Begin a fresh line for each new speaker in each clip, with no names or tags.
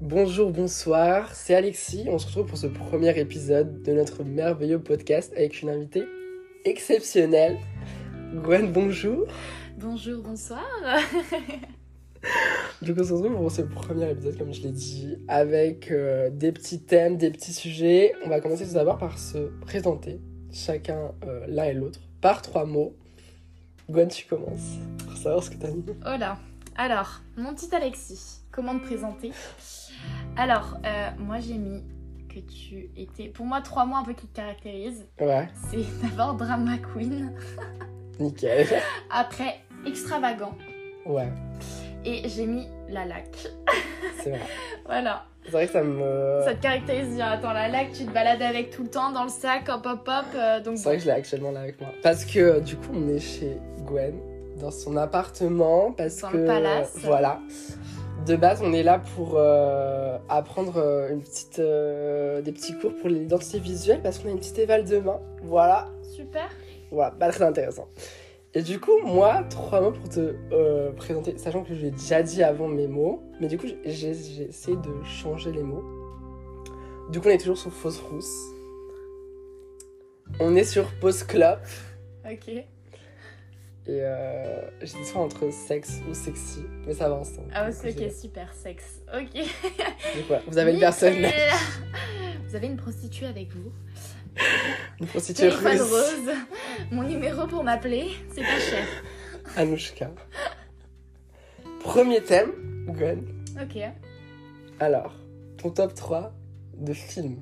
Bonjour, bonsoir, c'est Alexis. On se retrouve pour ce premier épisode de notre merveilleux podcast avec une invitée exceptionnelle. Gwen, bonjour.
Bonjour, bonsoir.
Du coup, on se retrouve pour ce premier épisode, comme je l'ai dit, avec euh, des petits thèmes, des petits sujets. On va commencer tout d'abord par se présenter, chacun euh, l'un et l'autre, par trois mots. Gwen, tu commences pour savoir ce que t'as mis.
Oh là. Alors, mon petit Alexis, comment te présenter Alors, euh, moi j'ai mis que tu étais. Pour moi, trois mots un peu qui te caractérisent.
Ouais,
C'est d'abord drama queen,
nickel.
après extravagant,
Ouais,
et j'ai mis la laque.
c'est vrai.
Voilà.
C'est vrai que ça me.
Ça te caractérise bien. Attends, la laque, tu te balades avec tout le temps dans le sac, hop hop hop. euh, donc,
C'est vrai que je l'ai actuellement là avec moi. Parce que euh, du coup, on est chez Gwen, dans son appartement, parce
Dans
que...
le palace.
Voilà. De base, on est là pour euh, apprendre euh, une petite, euh, des petits cours pour l'identité visuelle, parce qu'on a une petite éval demain. Voilà.
super.
Voilà, pas très intéressant. Et du coup, moi, trois mots pour te euh, présenter, sachant que j'ai déjà dit avant mes mots, mais du coup, j'ai- j'ai j'ai essayé de changer les mots. Du coup, on est toujours sur Fausse Rousse. On est sur Pause Clop.
Ok.
Et euh, j'étais soit entre sexe ou sexy, mais ça va ensemble.
Ah, ouais,
Du coup,
c'est ok, super sexe. Ok.
j'ai- donc voilà, vous avez une
Nickel.
personne, là,
Vous avez une prostituée avec vous.
une prostituée
Téléphone
russe,
rose, mon numéro pour m'appeler, c'est pas cher.
Anouchka. Premier thème, Gwen.
Ok,
Alors, ton top 3 de films.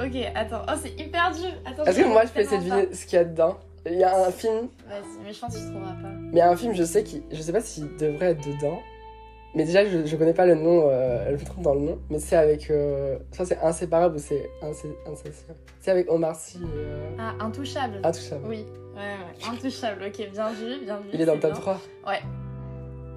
ok, attends, oh c'est hyper dur. Attends,
Est-ce
je
que moi je peux essayer
tellement
de deviner ce qu'il y a dedans Il y a un film,
pas. Vas-y, mais je pense que tu trouveras pas.
mais il y a un film, je sais qui, je sais pas s'il devrait être dedans. Mais déjà, je, je connais pas le nom, euh, je me trompe dans le nom, mais c'est avec. euh, soit c'est Inséparable ou c'est Insé- Insatiable. C'est avec Omar Sy et. Euh,
Ah, intouchable.
Intouchable.
Oui, ouais, ouais, intouchable, ok, bien vu, bien vu.
Il est dans le
c'est
top
bien.
3
Ouais.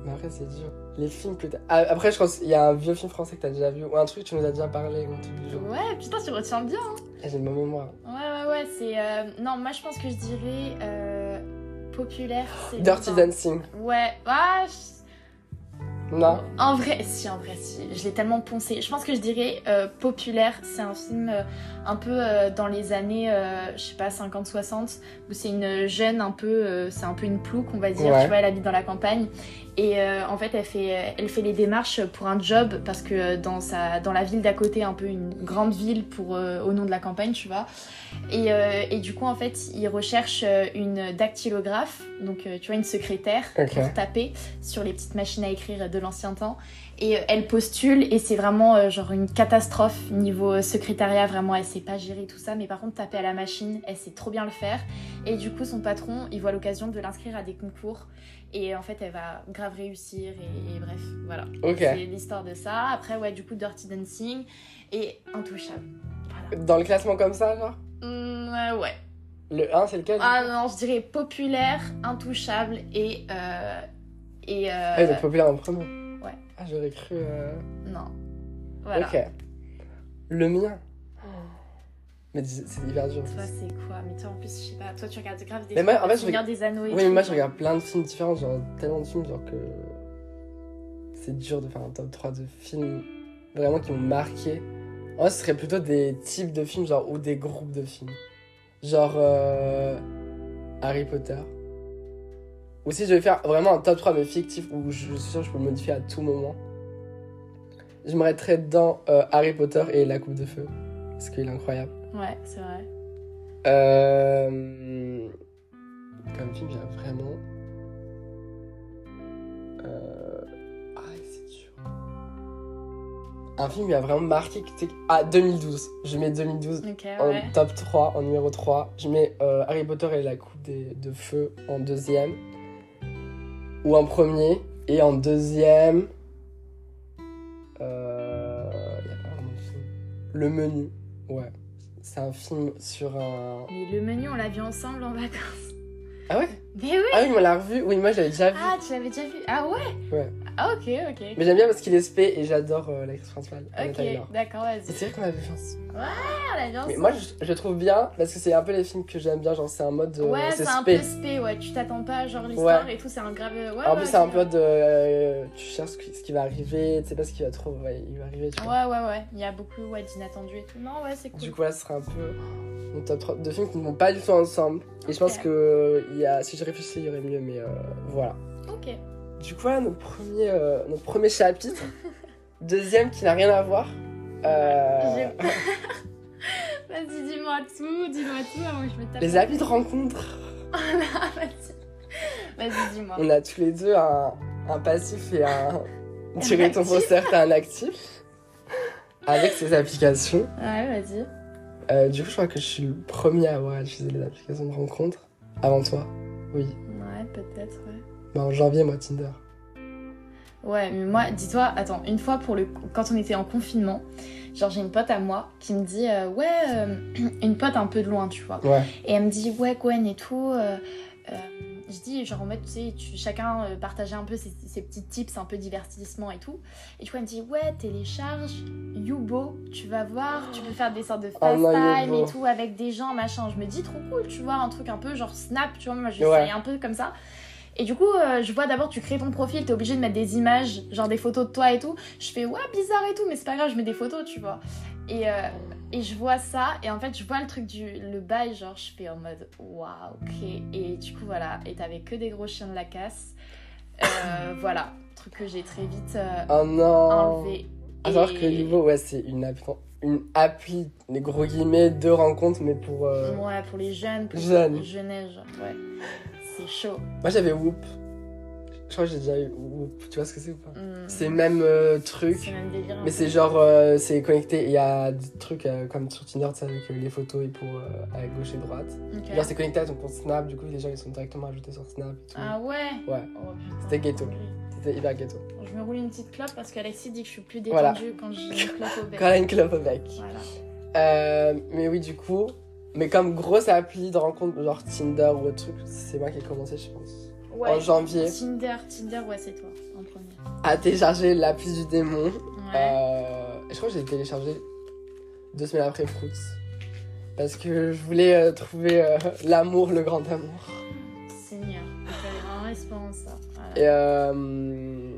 Mais après, c'est dur. Les films que t'as. Ah, Après, je pense qu'il y a un vieux film français que t'as déjà vu ou un truc que tu nous as déjà parlé ou un truc du genre.
Ouais, putain, tu retiens bien. hein.
Ah, J'ai de ma mémoire.
Ouais, ouais, ouais, c'est. euh, Non, moi je pense que je dirais. euh, Populaire, c'est.
Dirty
Lupin.
Dancing.
Ouais, ah, je-
Non
En vrai, si, en vrai, si. Je l'ai tellement poncé. Je pense que je dirais euh, populaire. C'est un film euh, un peu euh, dans les années, euh, je sais pas, 50-60, où c'est une jeune un peu, euh, c'est un peu une plouc, on va dire.
Ouais.
Tu vois, elle habite dans la campagne et euh, en fait, elle fait, elle fait les démarches pour un job parce que euh, dans sa, dans la ville d'à côté, un peu une grande ville pour euh, au nom de la campagne, tu vois. Et, euh, et du coup, en fait, ils recherchent euh, une dactylographe, donc euh, tu vois, une secrétaire
Ok.
pour taper sur les petites machines à écrire de l'ancien temps. Et euh, elle postule, et c'est vraiment euh, genre une catastrophe niveau euh, secrétariat. Vraiment, elle sait pas gérer tout ça, mais par contre, taper à la machine, elle sait trop bien le faire. Et du coup, son patron, il voit l'occasion de l'inscrire à des concours. Et en fait, elle va grave réussir, et, et bref, voilà.
Ok.
C'est l'histoire de ça. Après, ouais, du coup, Dirty Dancing et Intouchable. Voilà.
Dans le classement comme ça, genre
Mm, ouais, ouais.
Le 1, c'est lequel
Ah non, je dirais populaire, intouchable et. euh, et. euh,
Ah, il est populaire en premier.
Ouais.
Ah, j'aurais cru. euh,
non. Voilà. Oh.
Ok. Le mien. Mais dis- c'est hyper dur.
Toi, c'est quoi Mais toi, en plus, je sais pas. Toi, tu regardes grave des.
Mais moi, en fait, je
Seigneur des anneaux. et
Oui, mais
tout,
moi je
genre.
regarde plein de films différents, genre tellement de films, genre que. C'est dur de faire un top 3 de films vraiment qui m'ont marqué. En vrai, ce serait plutôt des types de films, genre, ou des groupes de films. Genre. euh, Harry Potter. Ou si je vais faire vraiment un top 3 mais fictif, où je suis sûr que je peux le modifier à tout moment. Je me mettrais dedans euh, Harry Potter et La Coupe de Feu. Parce qu'il est incroyable.
Ouais, c'est vrai.
Euh... Comme film, j'ai vraiment. Euh... Ah, c'est dur. Un film qui a vraiment marqué. que t'es- Ah, 2012. Je mets 2012
Ok,
en
ouais.
top 3, en numéro 3. Je mets euh, Harry Potter et la Coupe des- de Feu en deuxième. Ou en premier. Et en deuxième. Euh... y a pas vraiment de film. Le menu. Ouais. C'est un film sur un.
Mais le menu, on l'a vu ensemble en vacances.
Ah ouais
Mais oui
Ah oui, on l'a revu. Oui, moi j'avais déjà vu.
Ah, tu l'avais déjà vu Ah ouais
Ouais.
Ah, ok, ok.
Mais j'aime bien parce qu'il est spé et j'adore euh, l'actrice principale. Anna Taylor.
Ok, d'accord,
Et
vas-y.
c'est vrai qu'on avait fait un-
Ah, la danse.
Mais moi, je, je trouve bien parce que c'est un peu les films que j'aime bien. Genre, c'est un mode. euh,
Ouais, c'est un
spé.
peu spé, ouais, tu t'attends pas, genre l'histoire et tout, c'est un grave. Ouais,
en
ouais,
plus, c'est un
ok.
peu de. euh, tu cherches ce qui, ce qui va arriver, tu sais pas ce qui va trop. ouais, il va arriver, tu vois.
Ouais, ouais, ouais, il y a beaucoup ouais, d'inattendus et tout. Non, ouais, c'est cool.
Du coup, là, ce sera un peu mon top 3 de films qui ne vont pas du tout ensemble. Et je pense
Ok.
que euh, il y a, si je réfléchissais, il y aurait mieux, mais euh, voilà.
Ok.
Du coup, voilà notre premier, euh, notre premier chapitre. Deuxième qui n'a rien à voir. Euh,
J'ai- Vas-y, dis-moi tout, dis-moi tout avant que je me tape.
les amis de rencontre.
Voilà, vas-y. Vas-y, dis-moi.
On a tous les deux un, un passif et un. Tu
Un
mets ton
actif.
poster, t'as un actif. Avec ces applications.
Ouais, vas-y.
Euh, du coup, je crois que je suis le premier à avoir utilisé les applications de rencontre. Avant toi. Oui.
Ouais, peut-être, ouais.
Bah, en janvier, moi, Tinder.
Ouais, mais moi, dis-toi, attends, une fois pour le quand on était en confinement, genre j'ai une pote à moi qui me dit euh, ouais, euh, une pote un peu de loin, tu vois.
Ouais.
Et elle me dit ouais Gwen et tout. euh, euh, je dis genre en mode tu sais tu- chacun euh, partageait un peu ses, ses petits tips un peu divertissement et tout. Et du coup elle me dit ouais télécharge Yubo, tu vas voir, tu peux faire des sortes de
Oh
fast
non,
time
Yubo.
et tout avec des gens machin. Je me dis trop cool, tu vois un truc un peu genre Snap, tu vois moi je
Ouais.
sais un peu comme ça. Et du coup, euh, je vois d'abord, tu crées ton profil, t'es obligé de mettre des images, genre des photos de toi et tout. Je fais, ouais, bizarre et tout, mais c'est pas grave, je mets des photos, tu vois. Et, euh, et je vois ça, et en fait, je vois le truc du le bail, genre, je fais en mode waouh, ok. Et du coup, voilà, et t'avais que des gros chiens de la casse. Euh, voilà, truc que j'ai très vite euh,
Oh non.
enlevé.
À savoir
Et-
que Yubo, ouais, c'est une appli, une appli, les gros guillemets, de rencontre, mais pour. euh,
Ouais, pour les jeunes, pour
Jeunes.
les jeunes, genre, ouais. C'est chaud.
Moi, j'avais Whoop. Je crois que j'ai déjà eu Whoop. Tu vois ce que c'est ou pas
Hmm.
C'est le même euh,
C'est
truc,
même délire. un
mais
peu.
c'est genre, euh, c'est connecté. Il y a des trucs euh, comme sur Tinder, tu sais, avec euh, les photos et pour euh, à gauche et droite.
Ok.
Genre, c'est connecté à ton compte Snap, du coup, les gens ils sont directement ajoutés sur Snap et tout.
Ah ouais
Ouais.
Oh, putain,
C'était ghetto.
dinguerie.
C'était hyper ghetto.
Je me roule une petite clope parce qu'Alexis dit que je suis plus
Voilà.
détendue quand j'ai une clope au bec.
Quand elle a une clope au bec.
Voilà.
Euh, mais oui, du coup, mais comme grosse appli de rencontre, genre Tinder ou autre truc, c'est moi qui ai commencé, je pense. En
Ouais.
janvier,
Tinder, Tinder, ouais, c'est toi en premier.
à télécharger l'appli du démon.
Ouais.
Euh, je crois que j'ai téléchargé deux semaines après Fruits. Parce que je voulais euh, trouver euh, l'amour, le grand amour.
Seigneur, j'avais vraiment espérance ça. Voilà.
Et euh,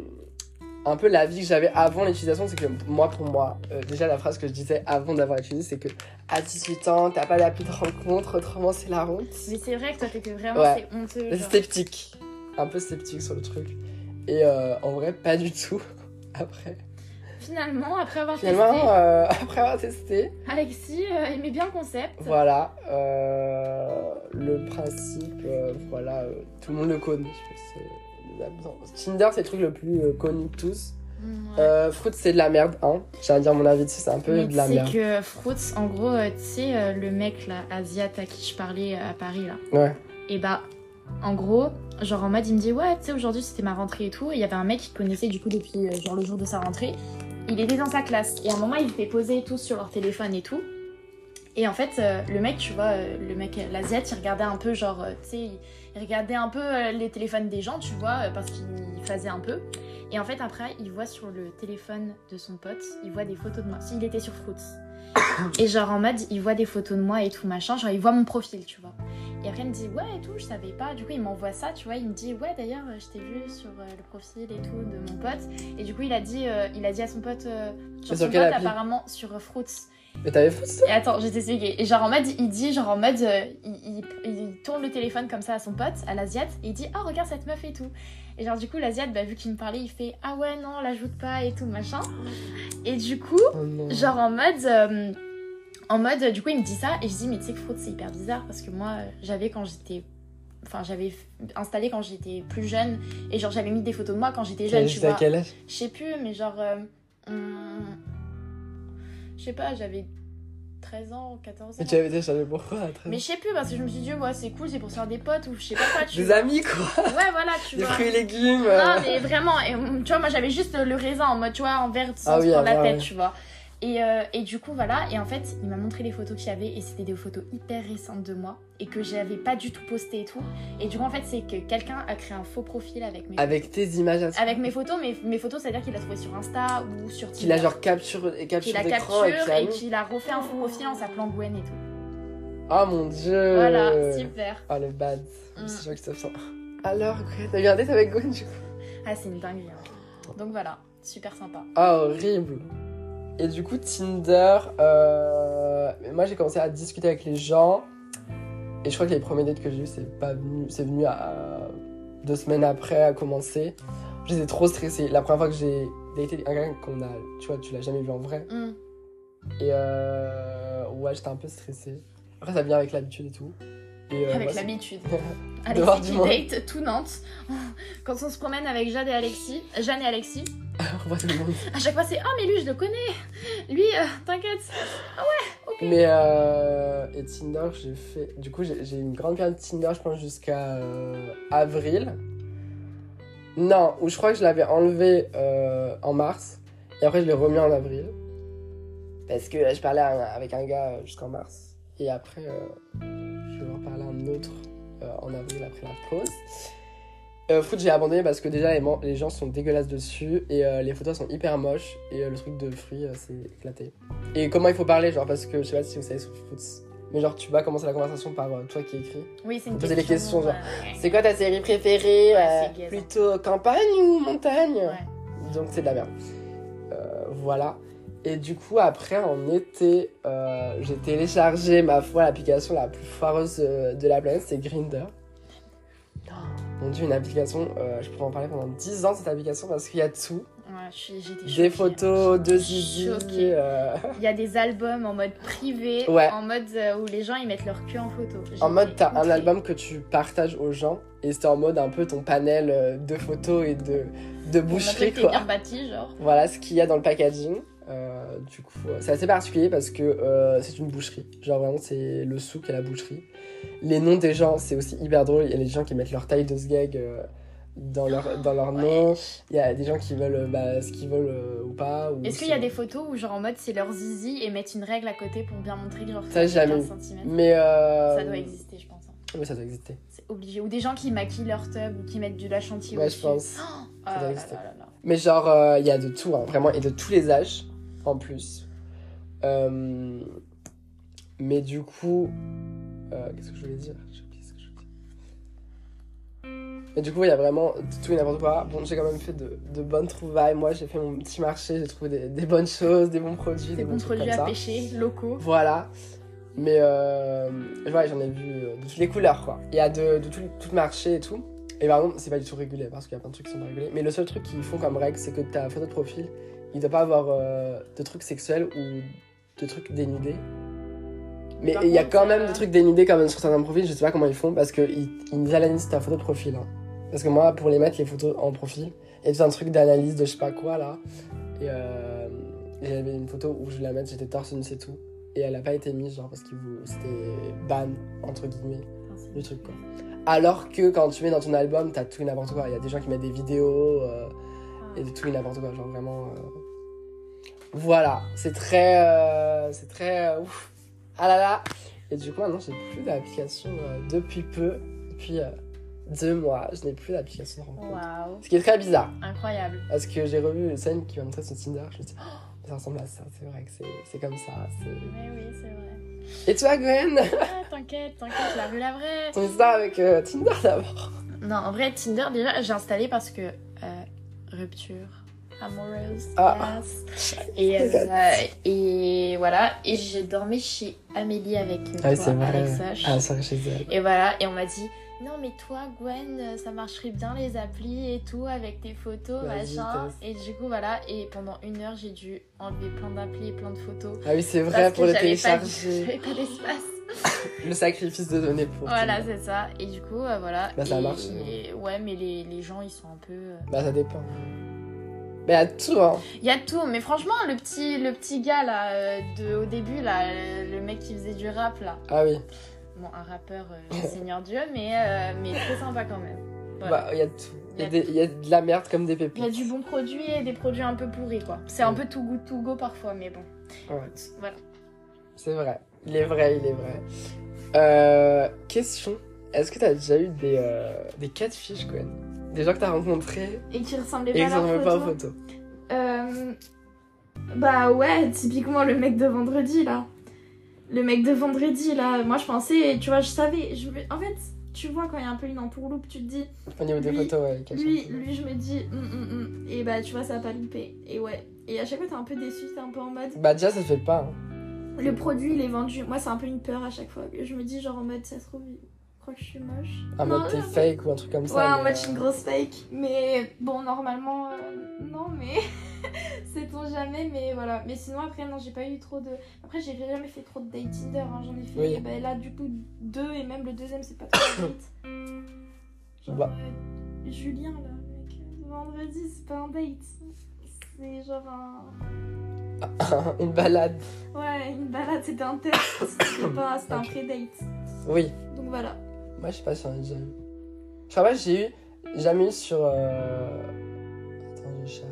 un peu la vie que j'avais avant l'utilisation, c'est que moi, pour moi, euh, déjà la phrase que je disais avant d'avoir utilisé, c'est que à 18 ans, t'as pas d'appli de rencontre, autrement c'est la honte.
Mais c'est vrai que toi t'étais vraiment
Ouais.
c'est honteux. genre.
Sceptique. Un peu sceptique sur le truc. Et euh, en vrai, pas du tout. Après.
Finalement, après avoir testé,
Finalement, euh, après avoir testé,
Alexis euh, aimait bien le concept.
Voilà, euh, le principe, euh, voilà, euh, tout le monde le connaît. je pense, euh, la- non, Tinder, c'est le truc le plus euh, connu de tous.
Mm, ouais.
Euh, Fruits, c'est de la merde, hein. J'ai à dire mon avis dessus, c'est un peu
Mais
de
tu
la
sais
merde.
que Fruits, en gros, euh, tu sais, euh, le mec là, Asiat à qui je parlais euh, à Paris là.
Ouais.
Et bah, en gros, genre en mode, il me dit, ouais, tu sais, aujourd'hui c'était ma rentrée et tout. Et il y avait un mec qu'il connaissait du coup depuis euh, genre le jour de sa rentrée. Il était dans sa classe. Et à un moment, il fait poser tous sur leur téléphone et tout. Et en fait, euh, le mec, tu vois, euh, le mec, euh, l'asiate, il regardait un peu, genre, euh, tu sais, il, il regardait un peu euh, les téléphones des gens, tu vois, euh, parce qu'il faisait un peu. Et en fait, après, il voit sur le téléphone de son pote, il voit des photos de moi. S'il était sur Fruits. Et genre, en mode, il voit des photos de moi et tout, machin. Genre, il voit mon profil, tu vois. Et après, il me dit, ouais, et tout, je savais pas. Du coup, il m'envoie ça, tu vois. Il me dit, ouais, d'ailleurs, euh, je t'ai vu sur euh, le profil et tout de mon pote. Et du coup, il a dit, euh, il a dit à son pote, euh,
Mais
genre,
sur
son pote,
quelle appli
apparemment, sur euh, Fruits.
Mais t'avais Fruits toi
Et attends, je vais t'expliquer. Et genre en mode, il dit, genre en mode, euh, il, il- il tourne le téléphone comme ça à son pote, à l'asiate, et il dit, ah regarde cette meuf et tout. Et genre du coup, l'asiate, bah, vu qu'il me parlait, il fait, ah ouais, non, l'ajoute pas et tout, machin. Et du coup,
Oh non.
genre en mode, euh, en mode, euh, du coup, il me dit ça, et je dis, mais tu sais que Fruit, c'est hyper bizarre, parce que moi, euh, j'avais quand j'étais. Enfin, j'avais f- installé quand j'étais plus jeune, et genre j'avais mis des photos de moi quand j'étais jeune,
T'avais
tu
juste à
vois.
quel âge
Je sais plus, mais genre. euh, hum, je sais pas, j'avais 13 ans, 14 ans.
Mais tu avais téléchargé pourquoi à travers-
Mais je sais plus, parce que je me suis dit, ouais, c'est cool, c'est pour se faire des potes ou je sais pas quoi, tu
Des
vois.
amis quoi
Ouais, voilà, tu
Des
vois.
fruits et légumes euh.
Non, mais vraiment, et, hum, tu vois, moi j'avais juste le raisin en mode, tu vois, en verre, sans
Ah oui,
se
ah
prendre la
ouais,
tête,
ouais.
tu vois. Et, euh, et du coup, voilà. Et en fait, il m'a montré les photos qu'il y avait et c'était des photos hyper récentes de moi et que j'avais pas du tout postées et tout. Et du coup, en fait, c'est que quelqu'un a créé un faux profil avec mes
Avec tes images à toi.
avec mes photos, mais mes photos, c'est-à-dire qu'il a trouvé sur Insta ou sur Tinder.
Qu'il a genre capture, et
qu'il
capture
la
d'écran et qu'il
capture
a
et
mis.
qu'il a refait un faux profil en s'appelant Gwen et tout.
Oh mon dieu
Voilà, super.
Oh le bad.
Mm.
C'est sûr que ça sent. Alors, Gwen, t'as regardé t'es avec Gwen du coup
Ah, c'est une dinguerie. hein. Donc voilà, super sympa.
Ah, horrible. Et du coup, Tinder, euh, mais moi j'ai commencé à discuter avec les gens. Et je crois que les premiers dates que j'ai eues, c'est pas venu, c'est venu à, à- deux semaines après à commencer. J'étais trop stressée. La première fois que j'ai daté un gars qu'on a, tu vois, tu l'as jamais vu en vrai.
Hum.
Et euh, ouais, j'étais un peu stressée. Après, ça vient avec l'habitude et tout. Et, euh, moi,
Avec
c'est-
l'habitude.
Dehors
Alexis
du
qui
monde.
date tout Nantes. Quand on se promène avec Jade et Alexis, Jeanne et Alexis,
On voit tout le monde.
à chaque fois c'est Oh, mais lui, je le connais Lui, euh, t'inquiète
Mais euh, et Tinder, j'ai fait. Du coup, j'ai j'ai eu une grande période Tinder, je pense, jusqu'à euh, avril. Non, ou je crois que je l'avais enlevé euh, en mars. Et après, je l'ai remis en avril. Parce que euh, je parlais à un- avec un gars euh, jusqu'en mars. Et après, euh, je vais reparler à un autre euh, en avril après la pause. Euh, foot, j'ai abandonné parce que déjà, les, man- les gens sont dégueulasses dessus. Et euh, les photos sont hyper moches. Et euh, le truc de fruits, euh, c'est éclaté. Et comment il faut parler, genre, parce que je sais pas si vous savez sur foot. Mais genre, tu vas commencer la conversation par euh, toi qui écris.
Oui, c'est une
Poser
question.
des questions, genre.
ouais.
C'est quoi ta série préférée
Ouais,
euh,
c'est gay, ça.
Plutôt campagne ou montagne
euh, Ouais.
Donc c'est de la merde. Euh, voilà. Et du coup, après, en été, euh, j'ai téléchargé, ma foi, l'application la plus foireuse euh, de la planète, c'est Grinder. Mon dieu, une application, euh, je pourrais en parler pendant 10 ans cette application parce qu'il y a tout.
Ouais, je suis- j'étais
Des
choquée.
photos, de zizi,
Choquée.
euh,
Il y a des albums en mode privé,
Ouais.
en mode euh, où les gens ils mettent leur cul en photo.
En mode,
J'étais
t'as un
outrée.
album que tu partages aux gens et c'était en mode un peu ton panel euh, de photos et de, de
On
boucherie,
appelle
quoi.
Taylor Batty, genre.
Voilà ce qu'il y a dans le packaging. Euh, du coup, euh, c'est assez particulier parce que euh, c'est une boucherie. Genre, vraiment, c'est le souk à la boucherie. Les noms des gens, c'est aussi hyper drôle. Il y a des gens qui mettent leur taille de ce gag euh, dans leur, dans leur nom. Il y a des gens qui veulent euh, bah, ce qu'ils veulent euh, ou pas. ou
Est-ce qu'il y a
c'est-
des photos où genre en mode c'est leur zizi et mettent une règle à côté pour bien montrer que leur
Ça,
fait
jamais.
15 centimètres
Mais. euh,
Ça doit exister, je pense. hein.
Oui, ça doit exister.
C'est obligé. Ou des gens qui maquillent leur tub ou qui mettent du la chantilly
Ouais, je pense.
au-dessus. Oh,
Ça
ah
doit
là
exister.
là là là.
Mais genre, euh, il y a de tout, hein, vraiment, et de tous les âges, en plus. Euh, Mais du coup... euh, Qu'est-ce que je voulais dire J'ai oublié ce que je voulais dire. Mais du coup, il y a vraiment de tout et n'importe quoi. Bon, j'ai quand même fait de, de bonnes trouvailles. Moi, j'ai fait mon petit marché, j'ai trouvé des, des bonnes choses, des bons produits, des,
Des
bons
bons
trucs
produits
comme
à
ça.
pêcher, locaux.
Voilà. Mais euh, ouais, j'en ai vu euh, de toutes les couleurs, quoi. Il y a de, de tout, tout le marché et tout. Et par contre, c'est pas du tout régulé, parce qu'il y a plein de trucs qui sont pas régulés. Mais le seul truc qu'ils font comme règle, c'est que ta photo de profil, il doit pas avoir euh, de trucs sexuels ou de trucs dénudés. Mais
Par
il y a
contre,
quand même
euh,
des trucs dénudés quand même sur certains profils, je sais pas comment ils font, parce qu'ils ils analysent ta photo de profil. hein. Parce que moi, pour les mettre, les photos en profil, il y a tout un truc d'analyse de je sais pas quoi, là. Et euh, j'avais une photo où je voulais la mettre, j'étais torse nu, c'est tout. Et elle a pas été mise, genre, parce que c'était ban, entre guillemets,
Ah,
le truc, quoi. Alors que quand tu mets dans ton album, t'as tout et n'importe quoi. Il y a des gens qui mettent des vidéos euh, et de tout et n'importe quoi, genre vraiment. euh, Voilà, c'est très. euh, C'est très. euh, ouf. Ah là là Et du coup, maintenant, j'ai plus d'application euh, depuis peu, depuis euh, deux mois, je n'ai plus d'application de rencontre.
Ah. Waouh,
Ce qui est très bizarre.
incroyable.
Parce que j'ai revu une scène qui m'a montré sur Tinder, je me dis, oh, ça ressemble à ça, c'est vrai que c'est- c'est comme ça. c'est-
Mais oui, c'est vrai.
Et toi, Gwen
Ah, t'inquiète, t'inquiète, la rue la vraie.
Ton histoire avec euh, Tinder d'abord
Non, en vrai, Tinder, déjà, j'ai installé parce que euh, rupture amoureuse.
Ah.
yes. Et, euh, et voilà, et j'ai dormi chez Amélie avec euh,
Ah oui,
toi,
c'est vrai.
Alexa.
Ah, ça chez elle.
Et voilà, et on m'a dit non mais toi Gwen, euh, ça marcherait bien les applis et tout avec tes photos,
Vas-y,
machin.
t'as-
Et du coup voilà, et pendant une heure j'ai dû enlever plein d'applis et plein de photos.
Ah oui, c'est vrai,
parce
pour
que
le
j'avais pas-
télécharger.
J'avais pas d'espace.
Le sacrifice de données pour.
Voilà,
Tinder.
c'est ça. Et du coup euh, voilà.
Bah, ça
et-
marche,
et- Ouais, mais les, les gens ils sont un peu. euh,
Bah, ça dépend. Mais à tout, hein.
Il y a tout, mais franchement le petit le petit gars là euh, de au début là, euh, le mec qui faisait du rap là,
Ah oui.
bon un rappeur
Oh.
euh, Seigneur Dieu, mais euh, mais très sympa quand même. Voilà.
Bah, il y a tout. Il y, a
Il y a
des- il y a de la merde comme des
Il y a
pépites.
du bon produit et des produits un peu pourris, quoi. C'est un
Ouais.
peu tout goût, tout go parfois, mais bon.
Ouais.
Voilà.
C'est vrai. Il est vrai, il est vrai. Euh, question. Est-ce que t'as déjà eu des, euh, des catfish, Gwen Des gens que t'as rencontrés
Et qui ressemblait
et
pas
qui
à
sont
leur
même pas en
photo.
photo
Euh, Bah ouais, typiquement le mec de vendredi là. Le mec de vendredi là, moi je pensais, tu vois, je savais. Je... me- En fait, tu vois, quand il y a un peu une entourloupe, tu te dis,
Au niveau des
Lui-
photos, ouais. catfish.
lui, lui, je me dis, Hum, hum, hum. et bah tu vois, ça a pas loupé. Et ouais. Et à chaque fois, t'es un peu déçu, t'es un peu en mode,
Bah, déjà, ça se fait pas. hein.
le produit il est vendu. Moi, c'est un peu une peur à chaque fois. Je me dis, genre en mode, ça se trouve, il croit que je suis moche.
En
Non,
mode t'es
non,
fake ou un truc comme ça.
Ouais, en
mais,
mode
euh,
je suis une grosse fake. Mais bon, normalement, euh, non, mais sait-on jamais. Mais voilà. Mais sinon, après, non, j'ai pas eu trop de. Après, j'ai jamais fait trop de date Tinder. hein. J'en ai fait
Oui.
bah, là, du coup, deux. Et même le deuxième, c'est pas trop un date. Genre,
Bah.
euh, Julien, là, le mec, euh, vendredi, c'est pas un date. C'est genre un.
une balade.
Ouais, une balade, c'était un test. C'était pas c'était un
Ok.
pré-date.
Oui.
Donc voilà.
Moi, je sais pas si j'en ai déjà eu. Enfin, moi, j'ai eu. Jamais eu sur. euh, Attends, je cherche.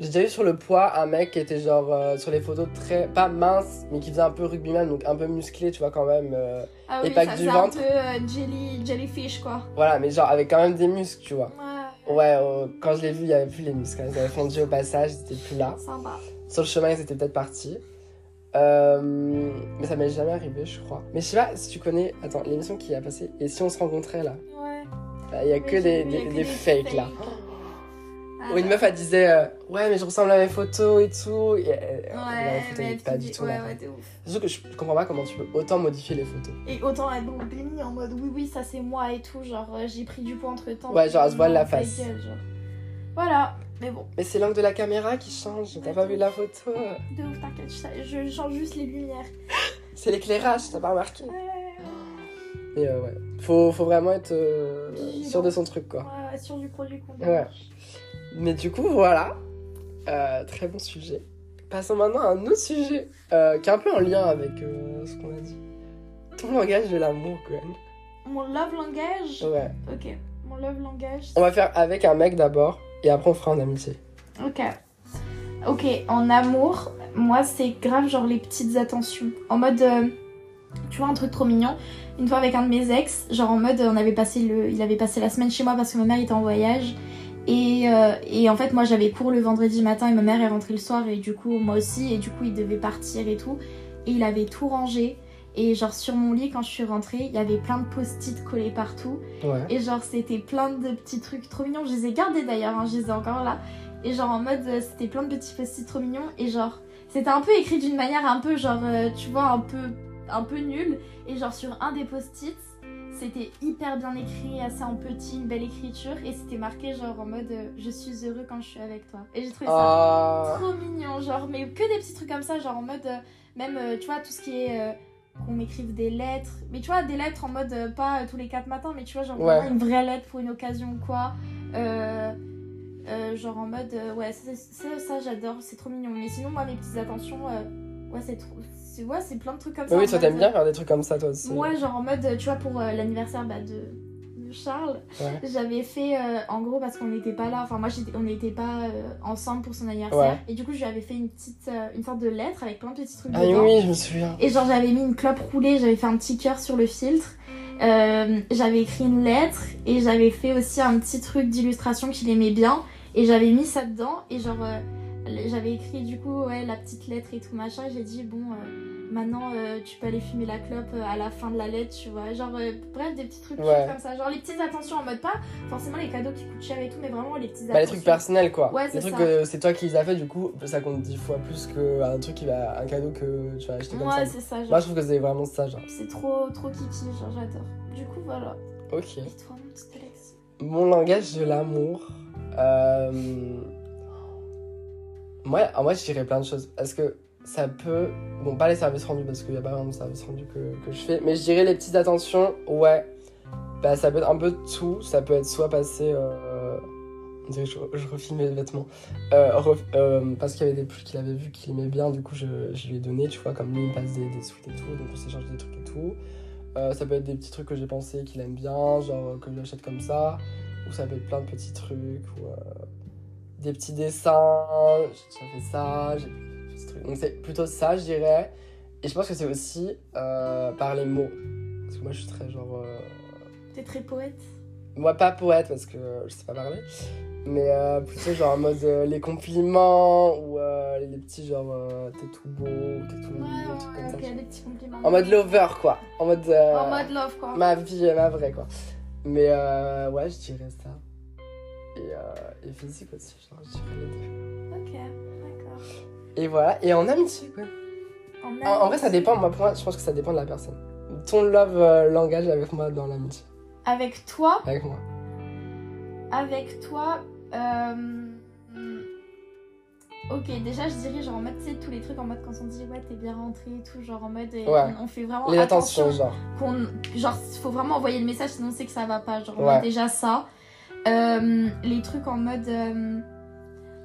J'ai déjà eu sur le poids un mec qui était genre euh, sur les photos très. pas mince, mais qui faisait un peu rugbyman, donc un peu musclé, tu vois, quand même. euh,
Ah
Et
oui,
pas
ça
que du
faisait
ventre.
un peu euh, jelly, jellyfish, quoi.
Voilà, mais genre avec quand même des muscles, tu vois.
Ouais,
Ouais, euh, quand je l'ai vu, il y avait plus les muscles. hein, Ils avaient fondu au passage, ils étaient plus là.
sympa.
Sur le chemin, ils étaient peut-être partis. Euh, mais ça m'est jamais arrivé, je crois. Mais je sais pas si tu connais. Attends, l'émission qui a passé. Et si on se rencontrait là
Ouais.
Là, Il y a que
Oui,
des,
j'ai vu,
des-
il y a que
des fakes là.
Ah,
Ou une meuf, elle disait euh, Ouais, mais je ressemble à mes photos et tout. Et, euh, la
Ouais,
photo
mais
n'est
tu
pas
dis-
du tout
ouais,
là.
ouais, t'es ouf.
Surtout que je comprends pas comment tu peux autant modifier les photos.
Et autant être dans le déni en mode oui, oui, ça c'est moi et tout. Genre, euh, j'ai pris du poids entre temps.
Ouais, genre, elle se voile la face.
Voilà, mais bon,
Mais c'est l'angle de la caméra qui change. T'as pas vu la photo
de ouf, t'inquiète, je sais- je change juste les lumières.
C'est l'éclairage, t'as pas remarqué
Ouais, ouais,
Mais euh, ouais. Faut, faut vraiment être euh, sûr de son truc quoi.
ouais, sur du produit qu'on
Ouais. Mais du coup, voilà. Euh, très bon sujet. Passons maintenant à un autre sujet euh, qui est un peu en lien avec euh, ce qu'on a dit. Ton langage de l'amour, Gwen.
Mon love langage.
Ouais. Euh,
Ok, mon love langage.
On va faire avec un mec d'abord et après on fera en amitié.
Ok. Ok, en amour, moi c'est grave genre les petites attentions. En mode, euh, tu vois, un truc trop mignon. Une fois avec un de mes ex, genre en mode, on avait passé le, il avait passé la semaine chez moi parce que ma mère était en voyage. Et, euh, et en fait, moi j'avais cours le vendredi matin et ma mère est rentrée le soir et du coup, moi aussi, et du coup, il devait partir et tout. Et il avait tout rangé. Et genre sur mon lit, quand je suis rentrée, il y avait plein de post-it collés partout.
Ouais.
Et genre, c'était plein de petits trucs trop mignons. Je les ai gardés d'ailleurs, hein, je les ai encore là. Et genre, en mode, euh, c'était plein de petits post-it trop mignons. Et genre, c'était un peu écrit d'une manière un peu, genre, euh, tu vois, un peu, un peu nulle. Et genre, sur un des post-it, c'était hyper bien écrit, assez en petit, une belle écriture. Et c'était marqué, genre, en mode, euh, je suis heureux quand je suis avec toi. Et j'ai trouvé ça
Ah.
trop mignon, genre, mais que des petits trucs comme ça, genre en mode, euh, même, euh, tu vois, tout ce qui est. euh, qu'on m'écrive des lettres, mais tu vois, des lettres en mode euh, pas euh, tous les quatre matins, mais tu vois, genre
Ouais.
vraiment une vraie lettre pour une occasion ou quoi. Euh, euh, genre en mode, euh, ouais, ça, ça, ça, j'adore, c'est trop mignon. Mais sinon, moi, mes petites attentions, euh, ouais, c'est trop. c'est- Ouais, c'est plein de trucs comme ça.
Oui,
en
toi
mode,
t'aimes
euh,
bien faire des trucs comme ça, toi aussi.
Ouais, genre en mode, tu vois, pour euh, l'anniversaire bah, de, de Charles,
Ouais.
j'avais fait, euh, en gros, parce qu'on n'était pas là, enfin moi, j'étais- on n'était pas euh, ensemble pour son anniversaire,
Ouais.
et du coup, je lui avais fait une petite, euh, une sorte de lettre avec plein de petits trucs
Ah
dedans.
oui, je me souviens.
Et genre, j'avais mis une clope roulée, j'avais fait un petit cœur sur le filtre, euh, j'avais écrit une lettre, et j'avais fait aussi un petit truc d'illustration qu'il aimait bien, et j'avais mis ça dedans, et genre, euh, j'avais écrit du coup, ouais, la petite lettre et tout machin, et j'ai dit, bon, euh, maintenant, euh, tu peux aller fumer la clope euh, à la fin de la lettre, tu vois, genre, euh, bref, des petits trucs
Ouais.
comme ça, genre les petites attentions en mode pas forcément les cadeaux qui coûtent cher et tout, mais vraiment les petites attentions.
Bah, les trucs personnels quoi.
Ouais,
les
c'est
trucs
ça.
que c'est toi qui les as fait, du coup, ça compte 10 fois plus qu'un truc qui va. un cadeau que tu vas acheter comme
Ouais,
ça.
c'est ça,
Moi
genre,
je trouve que c'est vraiment ça, genre.
c'est trop, trop kiki, genre, j'adore. Du coup, voilà.
Ok.
Et toi, mon petit Alex
Mon langage de l'amour. euh, Moi, en vrai, je dirais plein de choses. Parce que ça peut. Bon, pas les services rendus, parce qu'il n'y a pas vraiment de services rendus que, que je fais. Mais je dirais les petites attentions, ouais. Bah, ça peut être un peu tout. Ça peut être soit passer. euh, on dirait que Je, je refile mes vêtements. Euh, ref- euh, parce qu'il y avait des plus qu'il avait vu qu'il aimait bien, du coup je, je lui ai donné, tu vois, comme lui il me passe des, des sweats et tout, donc on s'échange des trucs et tout. Euh, ça peut être des petits trucs que j'ai pensé qu'il aime bien, genre euh, que je lui achète comme ça où ça peut être plein de petits trucs, ou euh, des petits dessins, j'ai déjà fait ça, j'ai fait petit truc. Donc c'est plutôt ça, je dirais. Et je pense que c'est aussi euh, par les mots. Parce que moi, je suis très genre. euh,
T'es très poète.
Moi, pas poète parce que je sais pas parler. Mais euh, plutôt genre en mode euh, les compliments ou euh, les petits genre euh, t'es tout beau, t'es tout
Ouais,
mignon, des trucs
ouais,
comme
ok,
ça.
des petits compliments.
En mode lover quoi. En mode. euh,
En mode love, quoi.
ma vie et ma vraie quoi. Mais euh, ouais, je dirais ça. Et, euh, et physique aussi, genre, je dirais les deux.
Ok, d'accord.
Et voilà, et en amitié quoi.
En,
Ah, En, en vrai, ça
amitié.
dépend, moi pour moi, je pense que ça dépend de la personne. Ton love euh, langage avec moi dans l'amitié,
Avec toi,
avec moi.
avec toi, euh... hmm. Ok, déjà je dirais genre en mode, tu sais, tous les trucs en mode quand on dit ouais, t'es bien rentré et tout, genre en mode, et
Ouais.
on, on fait vraiment
Les
Oh, attention.
attentions, genre.
qu'on genre faut vraiment envoyer le message sinon c'est que ça va pas genre
Ouais.
moi, déjà ça Euh, les trucs en mode euh,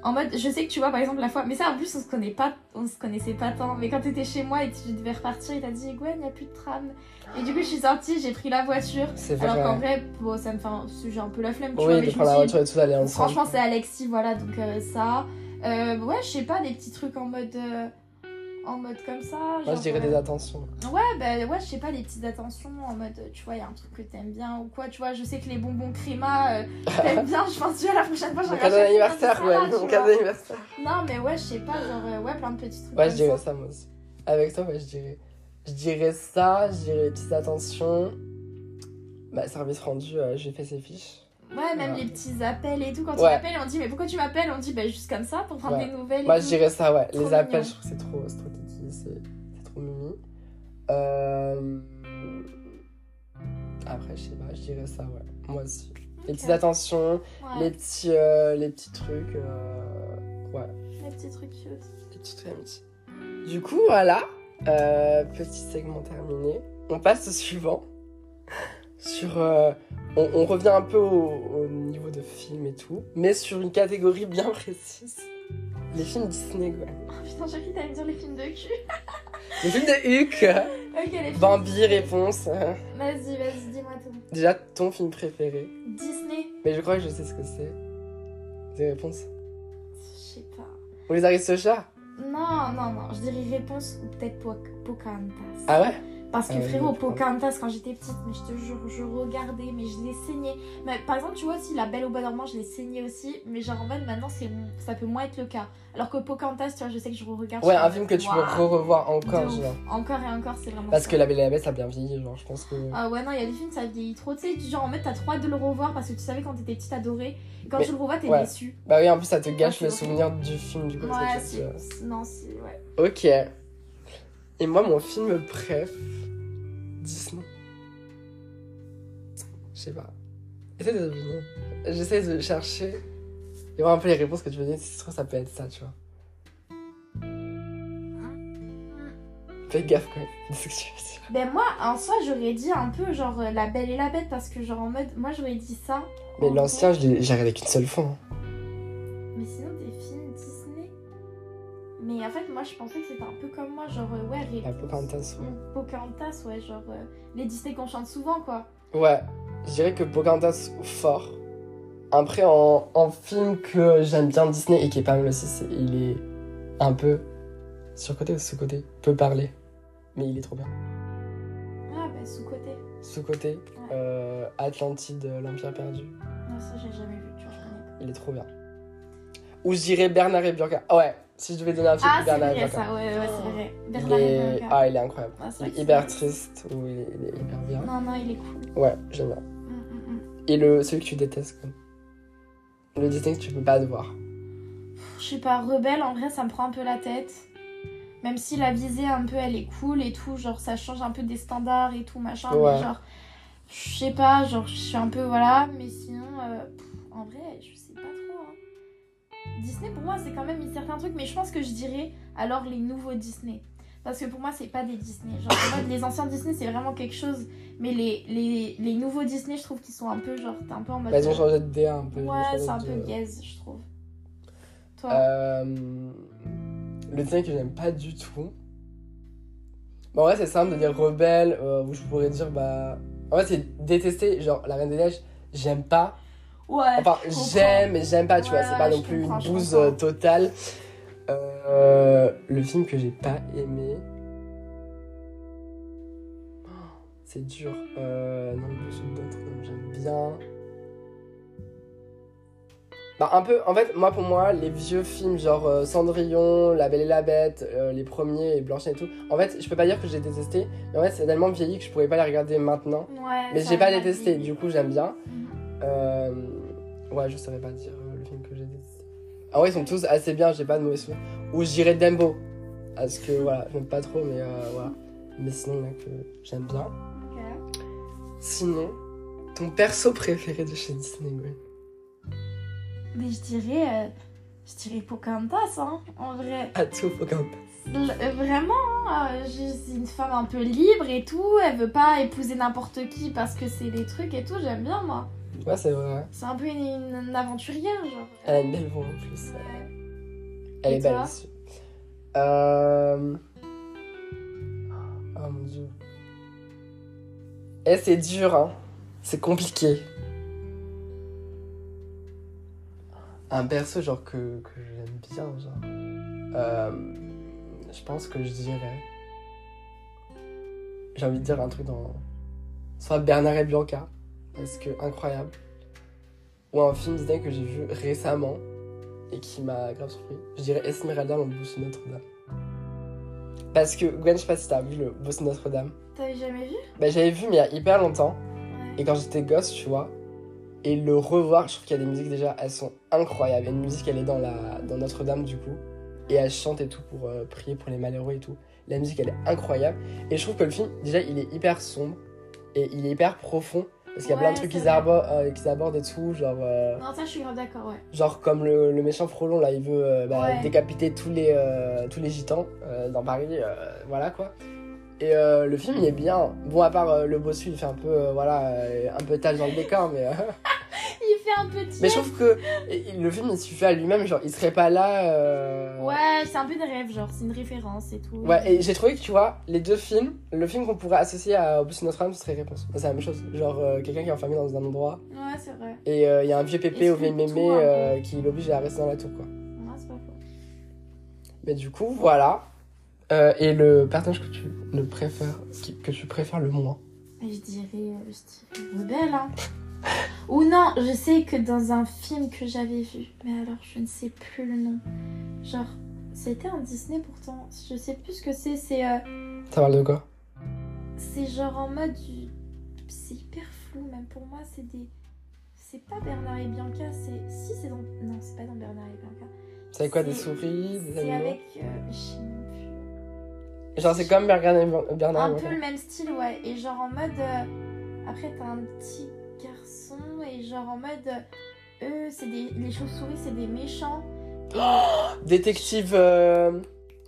en mode je sais que tu vois par exemple la fois mais ça en plus on se connaît pas on se connaissait pas tant mais quand t'étais chez moi et que tu devais repartir et t'as dit Gwen y a plus de tram et du coup je suis sortie j'ai pris la voiture
C'est vrai.
alors qu'en vrai bon ça me fait un sujet un peu la flemme tu vois
oui,
mais
de
je me
prendre la
suis dit,
voiture et tout, d'aller ensemble.
Franchement, c'est Alexis, voilà, donc euh, ça. Euh, ouais, je sais pas, des petits trucs en mode. euh, en mode comme ça.
moi, je
genre,
dirais
euh,
des attentions.
Ouais, bah ouais, je sais pas, les petites attentions en mode, euh, tu vois, il y a un truc que t'aimes bien ou quoi, tu vois, je sais que les bonbons créma, euh, t'aimes bien, je pense, tu vois, la prochaine fois, je
Mon
regarde
cadeau
chaque fois,
d'anniversaire,
tu vois,
ouais.
tu
Mon
vois.
cadeau d'anniversaire.
Non, mais ouais, je sais pas, genre, euh, ouais, plein de petits trucs.
Ouais,
comme
je dirais
ça.
ça, moi aussi. Avec toi, ouais, je dirais. Je dirais ça, je dirais les petites attentions. Bah, service rendu, euh, j'ai fait ses fiches.
Ouais, même
Ouais.
les petits appels et tout, quand
Ouais.
on appelle, on dit, mais pourquoi tu m'appelles On dit, bah, juste comme ça, pour prendre
Ouais.
des nouvelles.
Moi,
et
je
tout.
dirais ça, ouais.
Trop
les appels,
mignon.
je trouve que c'est trop, c'est trop titi, c'est c'est trop mimi. Euh, Après, je sais pas, je dirais ça, ouais. Moi aussi. Les
Ok.
petites attentions,
Ouais,
les, petits, euh, les petits trucs. euh, Ouais,
les petits trucs cute.
les petits trucs amitié. Du coup, voilà. Euh, petit segment terminé. On passe au suivant. Sur, euh, on, on revient un peu au, au niveau de film et tout, mais sur une catégorie bien précise. Les films Disney, quoi.
Oh putain, j'ai cru que t'allais me dire les films de cul.
Le film de Huck
ok, les films.
Bambi, réponse.
Vas-y, vas-y, dis-moi tout.
Déjà, ton film préféré.
Disney
Mais je crois que je sais ce que c'est. Des réponses.
Je sais pas.
Ou les Aristochats
Non, non, non, je dirais réponse ou peut-être Po- Pocahontas.
Ah ouais
Parce que
Ah oui,
frérot,
je comprends.
Pocahontas, quand j'étais petite, mais je te jure, je regardais, mais je l'ai saigné. Mais, par exemple, tu vois aussi La Belle au Bois dormant, je l'ai saigné aussi, mais genre en mode maintenant, c'est ça peut moins être le cas. Alors que Pocahontas, tu vois, je sais que je regarde.
Ouais, un film que tu peux re-revoir encore,
De ouf.
genre.
Encore et encore, c'est vraiment.
Parce
ça.
que La Belle et la Bête, ça a bien vieilli, genre, je pense que.
Ah ouais, non, il y a des films, ça vieillit trop. Tu sais, tu- genre en mode, t'as trop hâte de le revoir parce que tu savais quand t'étais petite, t'adorais. Et Quand
Mais-
tu le revois, t'es
ouais.
déçu.
Bah oui, en plus, ça te gâche
Ah,
le
c'est
souvenir du film, du coup.
Ouais,
c'est que-
c'est. Non, c'est. Ouais.
Ok. Et moi, mon film préf. Disney. Je sais pas. Essaye de deviner. J'essaie de chercher et voir un peu les réponses que tu veux donner. Si ça se trouve, ça peut être ça, tu vois. Fais gaffe quand même. Dis ce que tu veux dire.
Ben moi, en soi, j'aurais dit un peu genre euh, La Belle et la Bête parce que genre en mode, moi j'aurais dit ça.
Mais
en
l'ancien,
vrai.
je l'ai- j'ai regardé qu'une seule fois. hein.
Mais sinon, des films Disney. Mais en fait, moi je pensais que c'était un peu comme moi, genre euh, ouais,
La
réponse.
Pocahontas, ouais.
Ou Pocahontas, ouais, genre euh, les Disney qu'on chante souvent quoi.
Ouais, je dirais que Pocahontas fort. Après, en, en film que j'aime bien Disney et qui est pas mal aussi, c'est- il est un peu surcoté ou sous-côté. Peu parler, mais il est trop bien.
Ah, bah sous-côté.
Sous-côté,
Ouais.
euh, Atlantide, euh, l'Empire perdu,
Non, ça j'ai jamais vu, tu vois, je connais pas.
il est trop bien. Ou je dirais Bernard et Bianca. Ah ouais, si je devais donner un film,
Ah, c'est
Bernard et
vrai
Bianca.
ça, ouais, ouais, ouais, c'est vrai.
Il
Bernard et
est-
Bianca.
Oh. Ah, il est incroyable.
Ah, c'est
Il
vrai
est
que
hyper
c'est-
triste, ou il est, il est hyper bien.
Non, non, il est cool.
Ouais, j'aime bien.
Mm, mm, mm.
Et le, celui que tu détestes, quoi. Le Disney que tu peux pas devoir.
Je sais pas, rebelle en vrai, ça me prend un peu la tête. Même si la visée un peu elle est cool et tout, genre ça change un peu des standards et tout machin, mais
Ouais.
genre je sais pas, genre je suis un peu voilà, mais sinon euh, pff, en vrai, je sais pas trop. hein. Disney pour moi c'est quand même certains trucs, mais je pense que je dirais alors les nouveaux Disney. Parce que pour moi c'est pas des Disney. Genre en mode, les anciens Disney c'est vraiment quelque chose, mais les, les, les nouveaux Disney je trouve qu'ils sont un peu genre t'es un peu en mode.
Bah, ils ont changé de DA un peu. ils ont
ouais,
changé
c'est un
de-
peu gaze je trouve. Toi.
Euh, le Disney que j'aime pas du tout. Bah, en vrai, c'est simple de dire rebelle, euh, ou je pourrais dire bah. En vrai, c'est détester, genre la Reine des Neiges, j'aime pas.
Ouais.
Enfin,
je comprends.
j'aime, mais j'aime pas, tu vois,
Ouais,
c'est pas non
ouais, je
plus une
comprends, je
bouse
comprends.
euh, totale. Euh, le film que j'ai pas aimé. Oh, C'est dur. Euh, non, mais j'ai d'autres noms que j'aime bien. Bah, un peu, en fait, moi pour moi, les vieux films genre euh, Cendrillon, La Belle et la Bête, euh, les premiers et Blanche-Neige et tout, en fait, je peux pas dire que j'ai détesté, mais en fait, c'est tellement vieilli que je pourrais pas les regarder maintenant.
Ouais,
Mais
ça
j'ai pas
m'a
détesté,
dit.
du coup, j'aime bien.
Mhm.
Euh, Ouais, je saurais pas dire euh, le film que j'ai détesté. Ah ouais, ils sont tous assez bien, j'ai pas de mauvais souvenirs. Ou j'irai Dembo. Parce que voilà, j'aime pas trop, mais euh, voilà. Mais sinon, là, que j'aime bien.
Ok.
Sinon, ton perso préféré de chez Disney, Gwen
Mais je dirais, euh, je dirais Pocahontas, hein, en vrai.
À tout, aucun.
L- euh, Vraiment, hein, euh, je- c'est une femme un peu libre et tout. Elle veut pas épouser n'importe qui parce que c'est des trucs et tout. J'aime bien, moi.
Ouais, c'est vrai. hein.
C'est un peu une, une- une aventurière, genre.
Elle a une belle voix en plus. Elle
Et
est belle
toi
aussi. Euh... Oh mon dieu. Eh, c'est dur, hein. C'est compliqué. Un perso, genre, que, que j'aime bien, genre. Euh, Je pense que je dirais. J'ai envie de dire un truc dans. Soit Bernard et Bianca, parce que incroyable. Ou un film Disney que j'ai vu récemment et qui m'a grave surpris. Je dirais Esmeralda dans le Bossu Notre-Dame. Parce que, Gwen, je sais pas si t'as vu le Bossu Notre-Dame.
T'avais jamais vu
Bah, j'avais vu, mais il y a hyper longtemps.
Ouais.
Et quand j'étais gosse, tu vois. Et le revoir, je trouve qu'il y a des musiques déjà, elles sont incroyables. Il y a une musique, elle est dans, la... dans Notre-Dame, du coup. Et elle chante et tout pour euh, prier pour les malheureux et tout. La musique, elle est incroyable. Et je trouve que le film, déjà, il est hyper sombre. Et il est hyper profond. Parce qu'il y a plein de
Ouais,
trucs
c'est
qu'ils
vrai.
abordent, euh, qu'ils abordent et tout. Genre. euh,
Non, ça, je suis grave d'accord, ouais.
Genre comme le, le méchant Frolon là, il veut euh, bah,
Ouais.
décapiter tous les, euh, tous les gitans euh, dans Paris, euh, voilà quoi. Et euh, le film il est bien. Bon à part euh, le bossu, il fait un peu euh, voilà euh, un peu tâche dans le décor, mais euh,
Il fait un petit.
mais je trouve que et- et le film il suffit à lui-même, genre il serait pas là. euh,
Ouais, c'est un peu de rêve, genre, c'est une référence et tout.
Ouais, et j'ai trouvé que tu vois, les deux films, le film qu'on pourrait associer à Au bout de notre âme, ce serait Réponse. C'est la même chose. Genre euh, quelqu'un qui est enfermé dans un endroit
Ouais, c'est vrai.
et euh, il y a un vieux
Et
pépé au
c'est
vieil
tout, hein.
mémé
un peu.
euh, qui l'oblige à rester dans la tour quoi.
Ouais, c'est pas faux.
Mais du coup, voilà. Euh, et le personnage que tu le préfères, qui- que tu préfères le moins.
Mais je dirais, euh, je dirais rebelle, hein. Ou non, je sais que dans un film que j'avais vu, mais alors je ne sais plus le nom. Genre, c'était un Disney pourtant. Je sais plus ce que c'est. C'est, euh,
Ça parle de quoi
c'est genre en mode du. C'est hyper flou, même pour moi. C'est des. C'est pas Bernard et Bianca. C'est. Si, c'est dans. Non, c'est pas dans Bernard et Bianca.
C'est quoi des
C'est-
souris, des
C'est
animaux
avec. euh, je sais même plus.
Genre c'est comme Bernard et Bernard.
un
et
peu
Bianca.
le même style, ouais. Et genre en mode. euh, après, t'as un petit garçon, et genre en mode. euh, eux, c'est des. Les chauves-souris, c'est des méchants.
Détective. euh,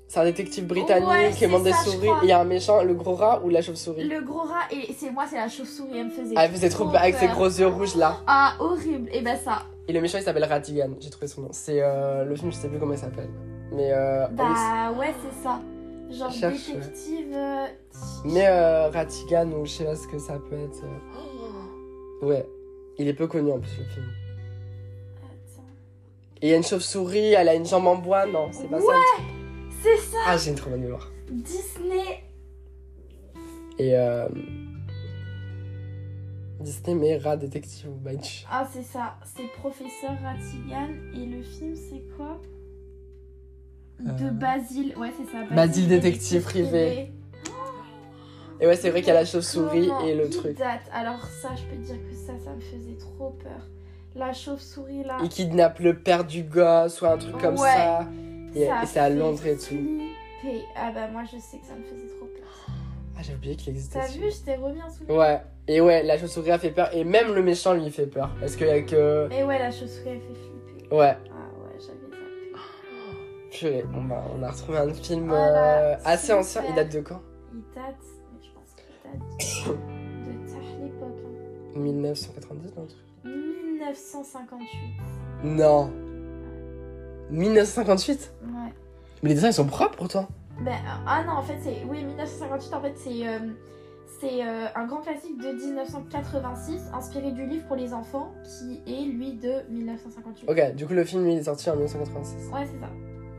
C'est un détective britannique
Ouais,
qui
c'est
monte des
ça, je
souris.
crois.
Il y a un méchant, le gros rat ou la chauve-souris
Le gros rat, et c'est moi, c'est la chauve-souris, elle me faisait.
Ah, elle faisait trop
trop
peur avec ses
peur.
gros yeux rouges là.
Ah, horrible! Et bah ça.
Et le méchant il s'appelle Ratigan, j'ai trouvé son nom. C'est euh, le film, je sais plus comment il s'appelle. Mais euh, Alice-
Bah ouais, c'est ça. Genre
Cherche, ouais.
détective. euh,
Mais euh, Ratigan ou je sais pas ce que ça peut être.
Oh,
euh. Ouais, il est peu connu en plus le film.
Attends.
Et il y a une chauve-souris, elle a une jambe en bois, non, c'est pas ça. le truc.
C'est ça!
Ah, j'ai une trop bonne mémoire.
Disney!
Et euh... Disney, mais rat détective ou badge.
Ah, c'est ça, c'est Professeur Ratigan et le film c'est quoi De
Euh,
Basile, ouais, c'est ça.
Basile détective privé. Et ouais, c'est vrai qu'il y a la chauve-souris
Comment
et le
il
truc.
date Alors, ça, je peux te dire que ça, ça me faisait trop peur. La chauve-souris là.
Il kidnappe le père du gosse ou un truc comme
Ouais.
ça. Et, et c'est à
fait
Londres et tout.
flipper. Ah bah, moi je sais que ça me faisait trop peur.
Ah, j'ai oublié qu'il existait.
T'as
ce
vu, je t'ai remis un souvenir.
film. Ouais. Et ouais, la chauve-souris a fait peur. Et même le méchant lui fait peur. Parce qu'il y a que.
Mais ouais, la chauve-souris elle fait flipper.
Ouais.
Ah ouais, j'avais zappé.
Purée, bon bah, on a retrouvé un film
Voilà,
euh, assez
Ah
ancien.
super.
Il date de quand
Il date, mais je pense qu'il date de, de tard l'époque. hein.
1990, non
1958.
Non. 1958
Ouais.
Mais les dessins, ils sont propres pourtant.
Ben, euh, ah non, en fait, c'est. Oui, 1958, en fait, c'est. euh, c'est euh, un grand classique de 1986, inspiré du livre pour les enfants, qui est, lui, de 1958.
Ok, du coup, le film, il est sorti en 1986.
Ouais, c'est ça.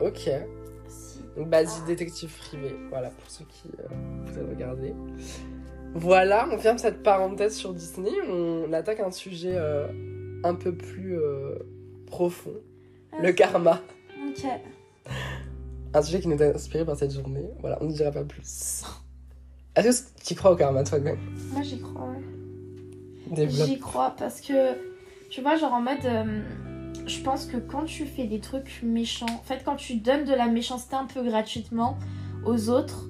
Ok.
Si.
Donc, Basique détective privé. Voilà, pour ceux qui euh, voudraient regarder. Voilà, on ferme cette parenthèse sur Disney. On attaque un sujet euh, un peu plus euh, profond. Le
Ah,
karma.
Ok.
Un sujet qui nous a inspiré par cette journée. Voilà, on ne dira pas plus. Est-ce que tu crois au karma toi-même
Moi j'y crois. ouais.
Développe.
J'y crois parce que, tu vois, genre en mode, euh, je pense que quand tu fais des trucs méchants, en fait, quand tu donnes de la méchanceté un peu gratuitement aux autres,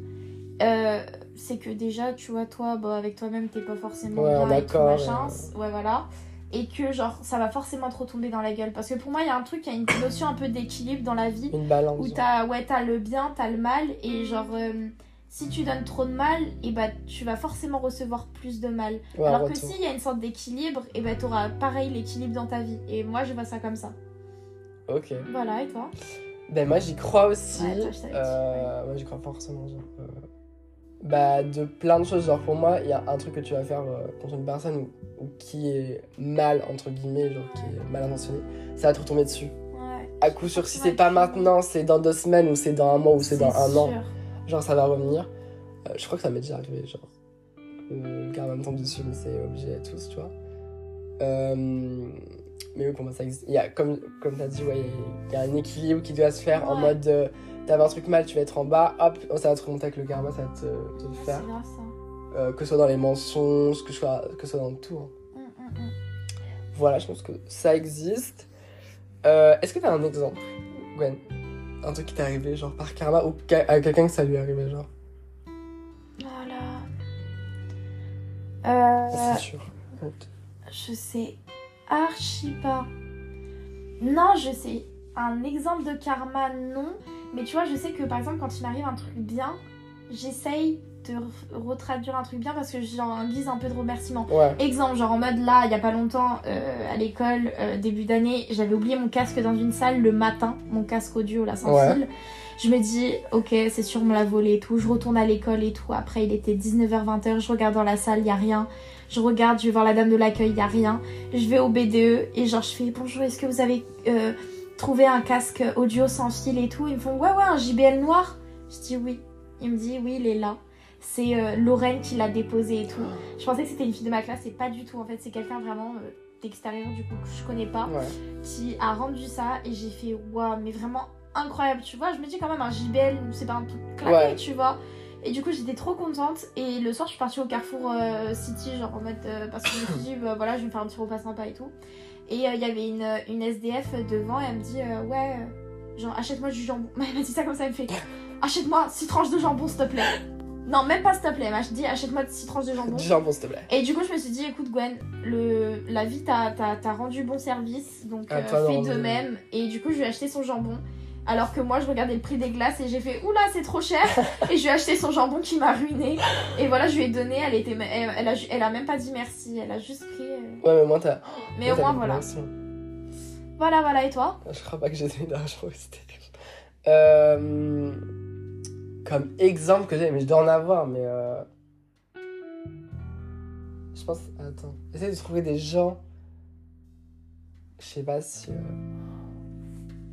euh, c'est que déjà, tu vois, toi, bah, avec toi-même, t'es pas forcément
Ouais,
bien et tout,
d'accord,
machin,
ouais.
c- ouais, voilà. Et que, genre, ça va forcément te retomber dans la gueule. Parce que pour moi, il y a un truc, il y a une notion un peu d'équilibre dans la vie
Une balance.
où
genre.
t'as ouais, t'as le bien, t'as le mal, et genre, euh, si tu donnes trop de mal, et bah, tu vas forcément recevoir plus de mal.
Ouais, un
Alors que
retour.
s'il y a une sorte d'équilibre, et ben t'auras pareil l'équilibre dans ta vie. Et moi je vois ça comme ça.
Ok.
Voilà, et toi
Ben moi j'y crois aussi.
Ouais, toi, je savais que tu-
Euh, moi j'y crois forcément. Genre, euh, Bah de plein de choses. Genre pour moi il y a un truc que tu vas faire euh, contre une personne ou- ou qui est mal entre guillemets, genre qui est mal intentionné, ça va te retomber dessus.
Ouais.
À coup sûr si
Ouais,
c'est pas
tu-
maintenant, c'est dans deux semaines ou c'est dans un mois ou c'est dans un an.
sûr.
Genre ça va revenir. Euh, je crois que ça m'est déjà arrivé, genre. Euh, car en même temps dessus, mais c'est obligé à tous, tu vois. Euh, mais oui, comment ça existe Il y a, comme, comme t'as dit, ouais, il y a- il y, a un équilibre qui doit se faire en
Ouais.
mode euh, t'avais un truc mal, tu vas être en bas, hop, oh, ça va te remonter avec le karma, ça va te, te le
Ouais,
faire.
C'est grave ça.
Euh, que ce soit dans les mensonges, que ce soit, que ce soit dans tout. hein.
Hum, hum, hum.
Voilà, je pense que ça existe. Euh, Est-ce que t'as un exemple, Gwen Un truc qui t'est arrivé, genre par karma, ou ca- à quelqu'un que ça lui est arrivé, genre
Voilà. Euh,
C'est sûr.
je sais archi pas. Non, je sais. Un exemple de karma, non. Mais tu vois, je sais que par exemple, quand il m'arrive un truc bien, j'essaye de re- retraduire un truc bien parce que j'ai en guise un peu de remerciement.
Ouais.
Exemple, genre en mode là, il y a pas longtemps, euh, à l'école, euh, début d'année, j'avais oublié mon casque dans une salle le matin, mon casque audio là sans
Ouais.
fil. Je me dis, ok, c'est sûr, on me l'a volé et tout. Je retourne à l'école et tout. Après, il était 19h-20h, je regarde dans la salle, il y a rien. Je regarde, je vais voir la dame de l'accueil, il y a rien. Je vais au BDE et genre je fais bonjour, est-ce que vous avez euh, trouvé un casque audio sans fil et tout Ils me font ouais ouais, un JBL noir. Je dis oui. Il me dit oui, il est là. C'est euh, Lorraine qui l'a déposé et tout. Je pensais que c'était une fille de ma classe et pas du tout. En fait, c'est quelqu'un vraiment euh, d'extérieur du coup que je connais pas
Ouais.
qui a rendu ça et j'ai fait waouh, mais vraiment incroyable, tu vois. Je me dis quand même un JBL, c'est pas un truc claqué,
Ouais.
tu vois. Et du coup, j'étais trop contente. Et le soir, je suis partie au Carrefour euh, City, genre en mode euh, parce que je me suis dit, bah, voilà, je vais me faire un petit repas sympa et tout. Et euh, il y avait une, une SDF devant et elle me dit, euh, ouais, euh, genre achète-moi du jambon. Elle m'a dit ça comme ça, elle me fait, achète-moi 6 tranches de jambon, s'il te plaît. Non, même pas s'il te plaît, elle m'a dit achète-moi 6 tranches de jambon.
Du jambon, s'il te plaît.
Et du coup, je me suis dit, écoute, Gwen, le... la vie t'a t'a- t'a rendu bon service, donc
À
euh,
toi de
fais
rendre-
de même. Et du coup, je lui ai acheté son jambon. Alors que moi, je regardais le prix des glaces et j'ai fait, oula, c'est trop cher. et je lui ai acheté son jambon qui m'a ruiné. Et voilà, je lui ai donné, elle, était... elle, elle a... ju- elle a même pas dit merci, elle a juste pris. euh.
Ouais, mais moi, t'as.
Mais au
t'as
moins,
une
voilà.
connexion.
Voilà, voilà, et toi
Je crois pas que j'ai donné d'argent, c'était terrible. Euh, Comme exemple que j'ai, mais je dois en avoir, mais. euh, Je pense. Attends. Essaye de trouver des gens. Je sais pas si. euh,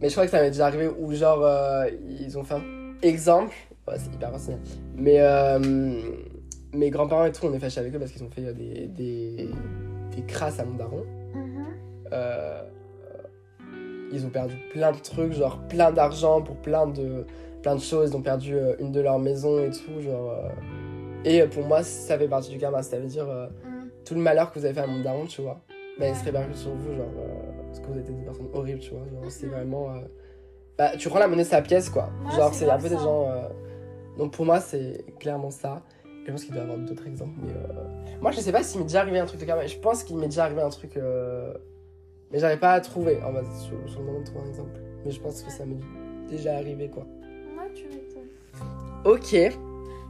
Mais je crois que ça m'est déjà arrivé où, genre, euh, ils ont fait un exemple. Ouais, c'est hyper personnel. Mais. euh, Mes grands-parents et tout, on est fâchés avec eux parce qu'ils ont fait euh, des, des, des crasses à mon daron.
Mm-hmm.
Euh, ils ont perdu plein de trucs, genre plein d'argent pour plein de, plein de choses. Ils ont perdu euh, une de leurs maisons et tout. Genre, euh. Et euh, pour moi, ça fait partie du karma. Ça veut dire euh,
Mhm.
tout le malheur que vous avez fait à mon daron, tu vois. Bah, il se
Ouais.
répercute sur vous, genre, euh, parce que vous êtes des personnes horribles, tu vois. Genre, c'est
Mhm.
vraiment. euh, Bah, tu rends la monnaie de sa pièce, quoi.
Ouais,
genre,
c'est
c'est un
grave
peu des
ça.
gens. euh, Donc, pour moi, c'est clairement ça. Et Je pense qu'il doit y avoir d'autres exemples, mais. euh, Moi, je sais pas s'il m'est déjà arrivé un truc de karma. Je pense qu'il m'est déjà arrivé un truc. euh, mais j'arrive pas à trouver. On va sur, sur le moment de trouver un exemple. Mais je pense que ça m'est déjà arrivé quoi.
Mm. Ouais, tu m'étonnes.
Ok.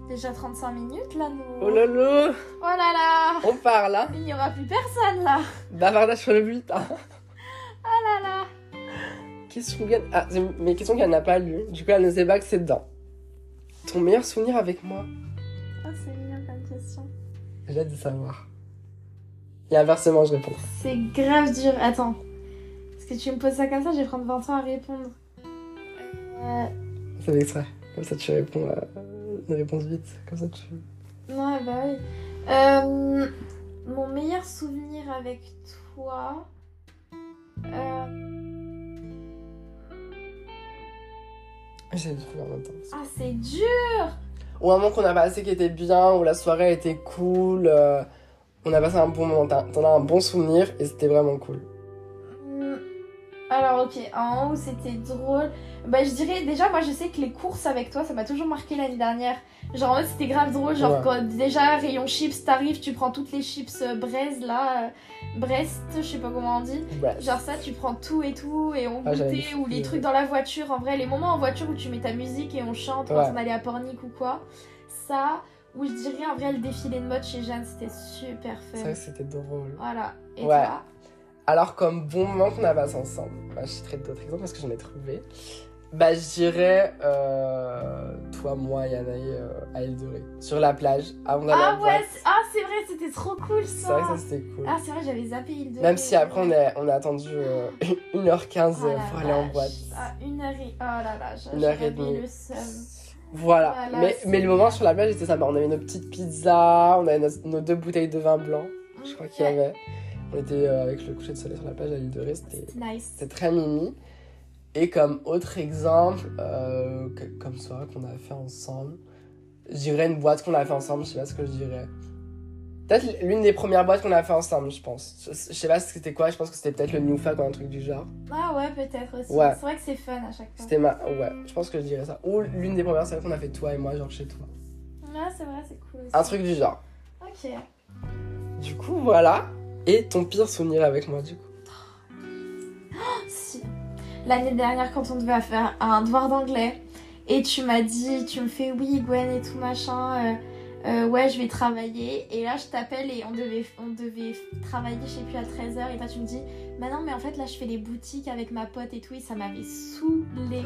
Déjà 35 minutes là, nous.
Oh lolo
Oh là là
On part là.
Il n'y aura plus personne là
Bavardage sur le bulletin.
Oh là là
Question Gwen- Ah, c'est mes questions qu'elle n'a pas lues. Du coup, elle ne sait pas que c'est dedans. Ton meilleur souvenir avec moi
Ah, c'est mignon comme question.
J'ai hâte de savoir. Et inversement, je réponds.
C'est grave dur. Attends. Parce que tu me poses ça comme ça, je vais prendre 20 ans à répondre. Euh, Euh,
C'est l'extrait. Comme ça, tu réponds à une réponse vite. Comme ça, tu.
Ouais, bah oui. Euh, mon meilleur souvenir avec toi. euh,
J'essaie de trouver en même temps.
Ah, c'est dur!
Ou un moment qu'on a passé qui était bien, où la soirée était cool. euh, On a passé un bon moment. T'en t'en as un bon souvenir et c'était vraiment cool.
Hmm, Alors, ok, en haut, c'était drôle. Bah, je dirais, déjà, moi, je sais que les courses avec toi, ça m'a toujours marqué l'année dernière. Genre, en fait, c'était grave drôle. Genre,
Ouais.
quand déjà, rayon chips, t'arrives, tu prends toutes les chips euh, Braise, là, euh, Brest, je sais pas comment on dit.
Bref.
Genre ça, tu prends tout et tout et on
Ah, j'avais
goûtait
une
ou les
fille,
trucs
ouais.
dans la voiture. En vrai, les moments en voiture où tu mets ta musique et on chante quand
Ouais.
on allait à Pornic ou quoi. Ça, ou je dirais en vrai le défilé de mode chez Jeanne, c'était super
C'est vrai
fun.
que c'était drôle.
Voilà. Et
Ouais.
toi
Alors, comme bon moment qu'on a passé ensemble, bah, je traite d'autres exemples parce que j'en ai trouvé. Bah, je dirais euh, toi, moi et Anaï euh, à Eldoré, sur la plage, avant d'aller à
Ah
la
ouais,
boîte.
c'est- ah c'est vrai, c'était trop cool
C'est
ça.
vrai que ça c'était cool.
ah c'est vrai, j'avais zappé il de
Même si après on a, on a attendu euh, 1h15
Oh la
pour aller en
vache.
boîte.
Ah, une heure et... Oh là là,
Une heure
j'avais
et demie.
mis le seum.
Voilà,
Voilà,
mais,
Ah, c'est
mais le moment sur la plage était sympa. On avait nos petites pizzas, on avait nos, nos deux bouteilles de vin blanc, je crois qu'il y
Ouais,
avait. On était euh, avec le coucher de soleil sur la plage à l'île de Ré, c'était
C'était nice.
c'était très mimi. Et comme autre exemple, euh, que- comme soirée qu'on a fait ensemble, je dirais une boîte qu'on a fait ensemble, je sais pas ce que je dirais. Peut-être l'une des premières boîtes qu'on a fait ensemble, je pense. Je, je sais pas c'était quoi, je pense que c'était peut-être le New Fab ou un truc du genre.
Ah ouais, peut-être aussi.
Ouais.
C'est vrai que c'est fun à chaque fois.
C'était ma. Ouais, je pense que je dirais ça. Ou l'une des premières soirées qu'on a fait toi et moi, genre chez toi.
Ouais, Ah, c'est vrai, c'est cool aussi.
Un truc du genre.
Ok.
Du coup, voilà. Et ton pire souvenir avec moi, du coup.
Si. L'année dernière, quand on devait faire un devoir d'anglais, et tu m'as dit, tu me fais oui, Gwen et tout machin, euh, euh, ouais, je vais travailler. Et là, je t'appelle et on devait, on devait travailler, je sais plus, à 13h. Et toi, tu me dis, bah non, mais en fait, là, je fais les boutiques avec ma pote et tout, et ça m'avait saoulé.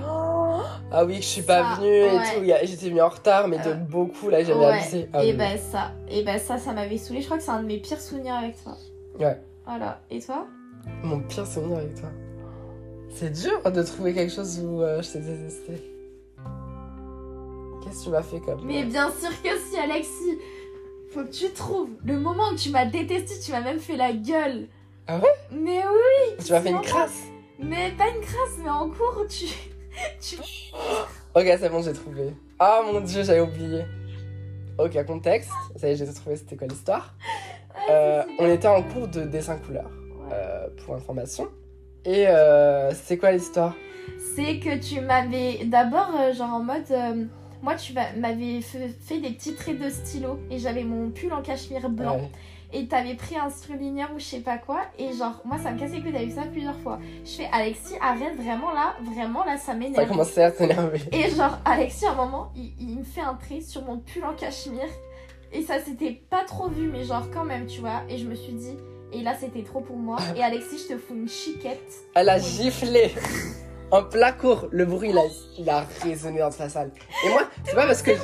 Ah oui, que je suis pas
Oh Ça,
venue et
ouais.
tout. y a- J'étais mis en retard, mais de
Euh,
beaucoup, là, j'avais
ouais.
abusé. Ah
et
oui.
bah, ça, et bah, ça, ça m'avait saoulé. Je crois que c'est un de mes pires souvenirs avec toi.
Ouais.
Voilà. Et toi
Mon pire souvenir avec toi. C'est dur de trouver quelque chose où euh, je t'ai détesté. Qu'est-ce que tu m'as fait comme.
Mais bien sûr que si, Alexis Faut que tu trouves Le moment où tu m'as détesté, tu m'as même fait la gueule
Ah
Mais oui
tu m'as fait une
c'est
crasse
Mais pas une crasse, mais en cours, tu...
Ok, c'est bon, j'ai trouvé. Ah mon dieu, j'avais oublié. Ok, contexte. Ça y est, j'ai trouvé c'était quoi l'histoire. Euh, on était en cours de dessin couleur,
Ouais.
euh, pour information. Et euh, c'est quoi l'histoire
C'est que tu m'avais... D'abord, euh, genre en mode... euh, Moi, tu m'as- m'avais fait fait des petits traits de stylo et j'avais mon pull en cachemire blanc.
Ouais.
et t'avais pris un surligneur ou je sais pas quoi et genre moi ça me casse les couilles t'as vu ça plusieurs fois je fais Alexis arrête vraiment là vraiment là
Ça
ça m'énerve
commençait à s'énerver.
et genre Alexis à un moment il, il me fait un trait sur mon pull en cachemire et ça s'était pas trop vu mais genre quand même tu vois et je me suis dit et là c'était trop pour moi et Alexis je te fous une chiquette
Elle a giflé en plein cours. Le bruit, il a, il a résonné dans toute la salle. Et moi, c'est pas parce que je-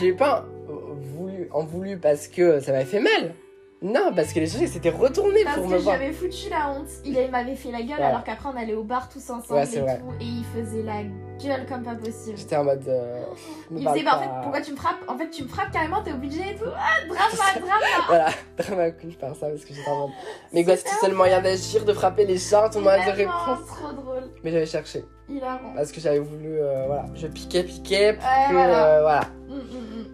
j'ai pas euh, voulu, en voulu parce que ça m'avait fait mal. Non, parce que les gens ils s'étaient retournés
parce
pour
que
me voir.
j'avais foutu la honte il a- il m'avait fait la gueule
Ouais.
alors qu'après on allait au bar tous ensemble
Ouais, c'est
et
vrai.
tout et il faisait la gueule comme pas possible
J'étais en mode. euh, me
il
parle
faisait bah en
pas.
fait pourquoi tu me frappes en fait tu me frappes carrément t'es obligé et tout ah drama drama
Voilà, drama queen, je parle ça parce que j'étais en mode. Mais
Super.
quoi, c'était seulement moyen d'agir, de frapper les gens, ton moyen de
Hilarant,
réponse.
Trop drôle,
Mais j'avais cherché
hilarant.
parce que j'avais voulu. euh, voilà, je piquais, piquais. Pour
Ouais,
que,
voilà.
euh, voilà.
Mm, mm, mm.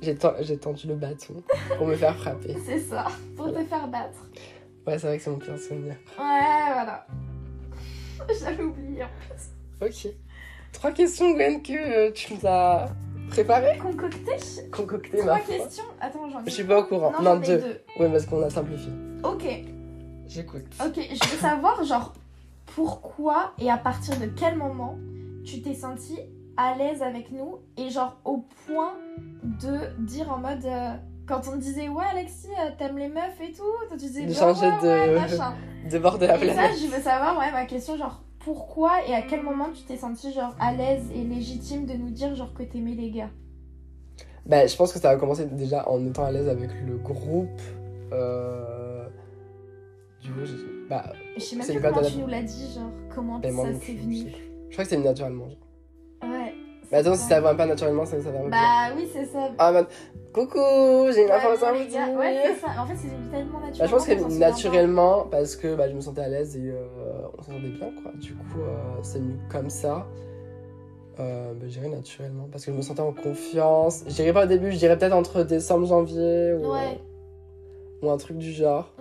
J'ai ten- j'ai tendu le bâton pour me faire frapper.
C'est ça, pour te faire battre.
Ouais, c'est vrai que c'est mon pire souvenir.
Ouais, voilà. J'avais oublié. en fait.
Ok. Trois questions, Gwen, que euh, tu nous as préparées,
Concocté
concoctées, ma
Trois
foi.
questions Attends, j'en ai.
Je suis pas au courant.
Non,
Non,
j'en ai
deux.
deux. Ah.
Ouais, parce qu'on a simplifié.
Ok,
J'écoute.
ok, je veux savoir, genre, pourquoi et à partir de quel moment tu t'es senti à l'aise avec nous et, genre, au point de dire en mode. euh, quand on te disait, ouais, Alexis, euh, t'aimes les meufs et tout, toi, tu disais,
De
bah
changer
ouais,
de-
ouais, machin.
De bord de la
Et ça,
planète.
je veux savoir, ouais, ma question, genre, pourquoi et à quel moment tu t'es sentie, genre, à l'aise et légitime de nous dire, genre, que t'aimais les gars
Bah, je pense que ça a commencé déjà en étant à l'aise avec le groupe. Euh... Du coup, je... Bah,
Je sais même
C'est le
plus
cas
comment
de la-
tu nous l'as dit, genre, comment
ben, moi,
ça
non
s'est
plus, je
venu.
sais plus. Je crois que c'est venu naturellement. genre. Mais Bah, attends, si ça vient pas naturellement, c'est que ça vient pas.
Bah oui, c'est ça.
Ah, man. Coucou, j'ai une
Ouais,
information à
les
vous
gars,
dire.
ouais, c'est ça. En fait, c'est tellement naturel.
Bah, je pense que naturellement, parce que bah, je me sentais à l'aise et euh, on s'entendait bien, quoi. Du coup, euh, c'est venu comme ça. Euh, bah, je dirais naturellement, parce que je me sentais en confiance. Je dirais pas au début, je dirais peut-être entre décembre, janvier ou, euh,
Ouais. mhm.
ou un truc du genre.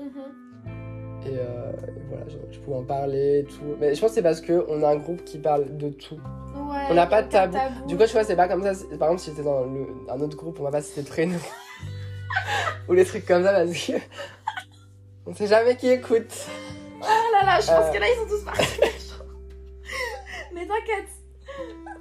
Et, euh, et voilà, je, je pouvais en parler et tout. Mais je pense que c'est parce qu'on a un groupe qui parle de tout. On n'a pas de tabou. Du coup, tu vois, c'est pas comme ça. c'est- Par exemple, si j'étais dans le- un autre groupe, on va pas citer de prénom. Ou les trucs comme ça, parce que. On sait jamais qui écoute.
Oh là là, je pense
Euh.
que là, ils sont tous partis. Mais t'inquiète.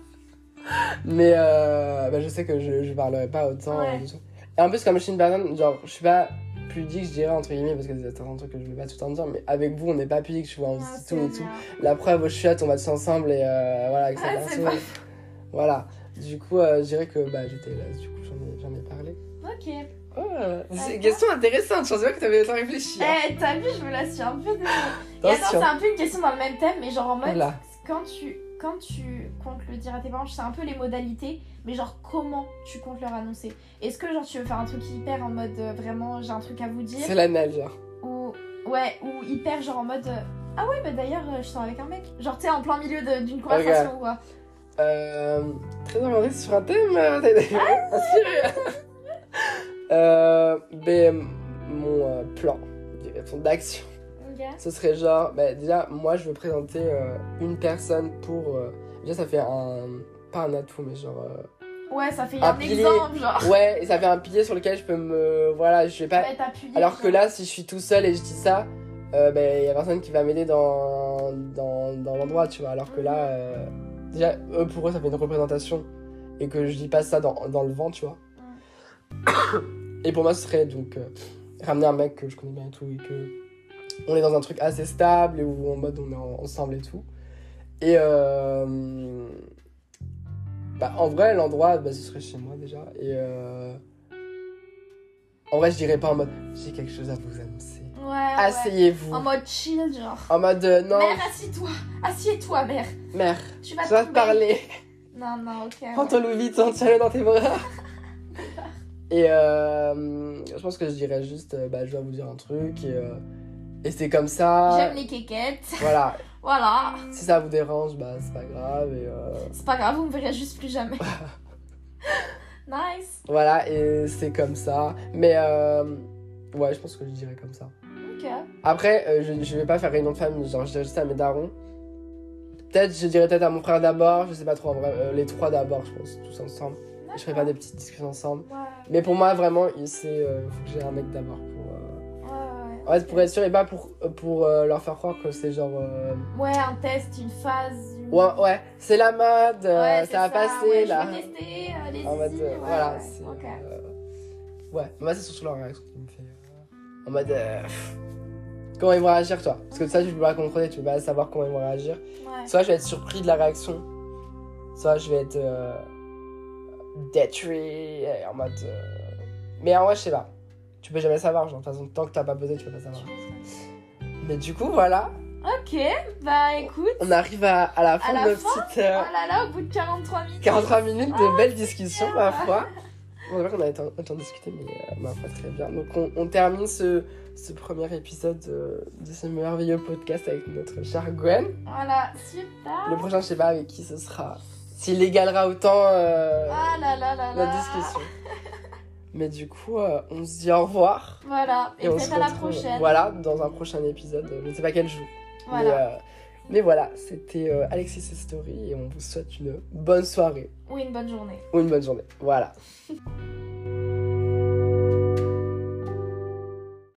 Mais euh, bah, je sais que je, je parlerai pas autant.
Ouais.
euh, Et en plus, comme je suis une personne, genre, je suis pas pudique, je dirais, entre guillemets, parce que c'est un truc que je vais pas tout le temps dire, mais avec vous, on n'est pas pudique, tu vois, on
Ah,
se dit
c'est
tout et tout.
bien.
La preuve au chiottes, on va tous ensemble et euh, voilà, avec sa
Ah, c'est
personne. Voilà. Du coup, euh, je dirais que bah, j'étais là, du coup, j'en ai, j'en ai parlé.
Ok. Eh,
Oh, c'est
D'accord.
une question intéressante, je pensais pas que t'avais autant réfléchi. hein.
Eh, t'as vu, je me la suis un peu désolée. Et attends, c'est
Attention.
un peu une question dans le même thème, mais genre en mode,
Oula.
quand tu quand tu comptes le dire à tes parents, c'est un peu les modalités, mais genre comment tu comptes leur annoncer Est-ce que genre tu veux faire un truc hyper en mode euh, vraiment j'ai un truc à vous dire
C'est l'anal, genre.
ou ouais ou hyper genre en mode euh, ah ouais bah d'ailleurs euh, je sors avec un mec genre t'es en plein milieu de- d'une conversation ou quoi
Euh, très orienté sur un thème. euh, T'as été inspiré. euh, ben, mon euh, plan, je dirais, plan d'action,
Ok.
ce serait genre, ben, déjà, moi, je veux présenter euh, une personne pour. euh, déjà, ça fait un. Pas un atout, mais genre. euh,
ouais ça fait
Un
un,
pilier.
exemple genre
ouais, et ça fait un pilier sur lequel je peux me. Voilà, je vais pas.
Ouais, t'appuyer,
Bah, Alors que
genre.
là, si je suis tout seul et je dis ça, euh, ben, y a personne qui va m'aider dans, dans, dans l'endroit, tu vois. Alors que là, euh, déjà, eux, pour eux, ça fait une représentation. Et que je dis pas ça dans, dans le vent, tu vois. Et pour moi, ce serait donc euh, ramener un mec que je connais bien et tout, et que on est dans un truc assez stable, et où en mode on est en- ensemble et tout. Et euh, bah, en vrai, l'endroit, bah, ce serait chez moi déjà. Et euh, en vrai, je dirais pas en mode j'ai quelque chose à vous annoncer.
ouais, Ah ouais.
Asseyez-vous.
en mode chill genre
En mode euh, non,
mère assis-toi assieds-toi mère
mère,
tu vas
je dois te
tomber.
parler.
non non ok ouais.
Prends ton loup vite, hein, tiens-le dans tes bras. et euh, je pense que je dirais juste, euh, bah, je dois vous dire un truc et, euh, et c'est comme ça.
j'aime les kékettes
Voilà,
voilà
si ça vous dérange, bah c'est pas grave. Et, euh,
C'est pas grave, vous me verrez juste plus jamais. nice.
voilà, et c'est comme ça. Mais euh, ouais, je pense que je dirais comme ça.
Ok.
Après, euh, je, je vais pas faire réunion de famille, genre je dirais juste à mes darons. Peut-être, je dirais peut-être à mon frère d'abord, je sais pas trop en vrai, euh, les trois d'abord, je pense, tous ensemble. Je ferai pas des petites discussions ensemble.
Ouais, ouais,
Mais pour moi, vraiment, il- c'est. euh, faut que j'ai un mec d'abord pour. euh,
ouais.
En fait, pour être sûr et pas pour, pour euh, leur faire croire que c'est genre. euh,
Ouais, un test, une phase. une-
Ouais, ouais, c'est la mode, euh,
Ouais, c'est
ça va passer
ouais,
là.
Je vais tester, euh, les
En mode.
zizi,
euh,
ouais,
voilà,
ouais,
c'est.
ok.
euh, Ouais, moi, c'est surtout leur réaction qui me fait. euh, En mode. euh, pff, Comment ils vont réagir, toi Parce que ça, tu peux pas contrôler, tu peux pas savoir comment ils vont réagir.
Ouais.
Soit je vais être surpris de la réaction, soit je vais être. euh, détruit, euh, en mode. euh, Mais en vrai, je sais pas. Tu peux jamais savoir, genre, de toute façon, tant que t'as pas posé, tu peux pas savoir. Mais du coup, voilà,
Ok, bah écoute.
on arrive à, à la fin
À la
de notre
fin
petite euh,
Oh là là, au bout de 43 minutes.
43 minutes de belles discussions, ma foi. Bon, c'est vrai qu'on a été en- autant discuté, mais euh, ma foi, très bien. Donc, on, on termine ce, ce premier épisode euh, de ce merveilleux podcast avec notre chère Gwen.
Voilà, super.
Le prochain, je sais pas avec qui ce sera. S'il égalera autant euh,
Ah là là là là.
la discussion. Mais du coup, euh, on se dit au revoir.
Voilà, et,
on euh,
peut-être à la prochaine.
voilà, dans un prochain épisode, euh, je ne sais pas quel jour.
Voilà.
Mais, euh, mais voilà, c'était euh, Alexis et Story et on vous souhaite une bonne soirée
Ou une bonne journée.
ou une bonne journée. Voilà.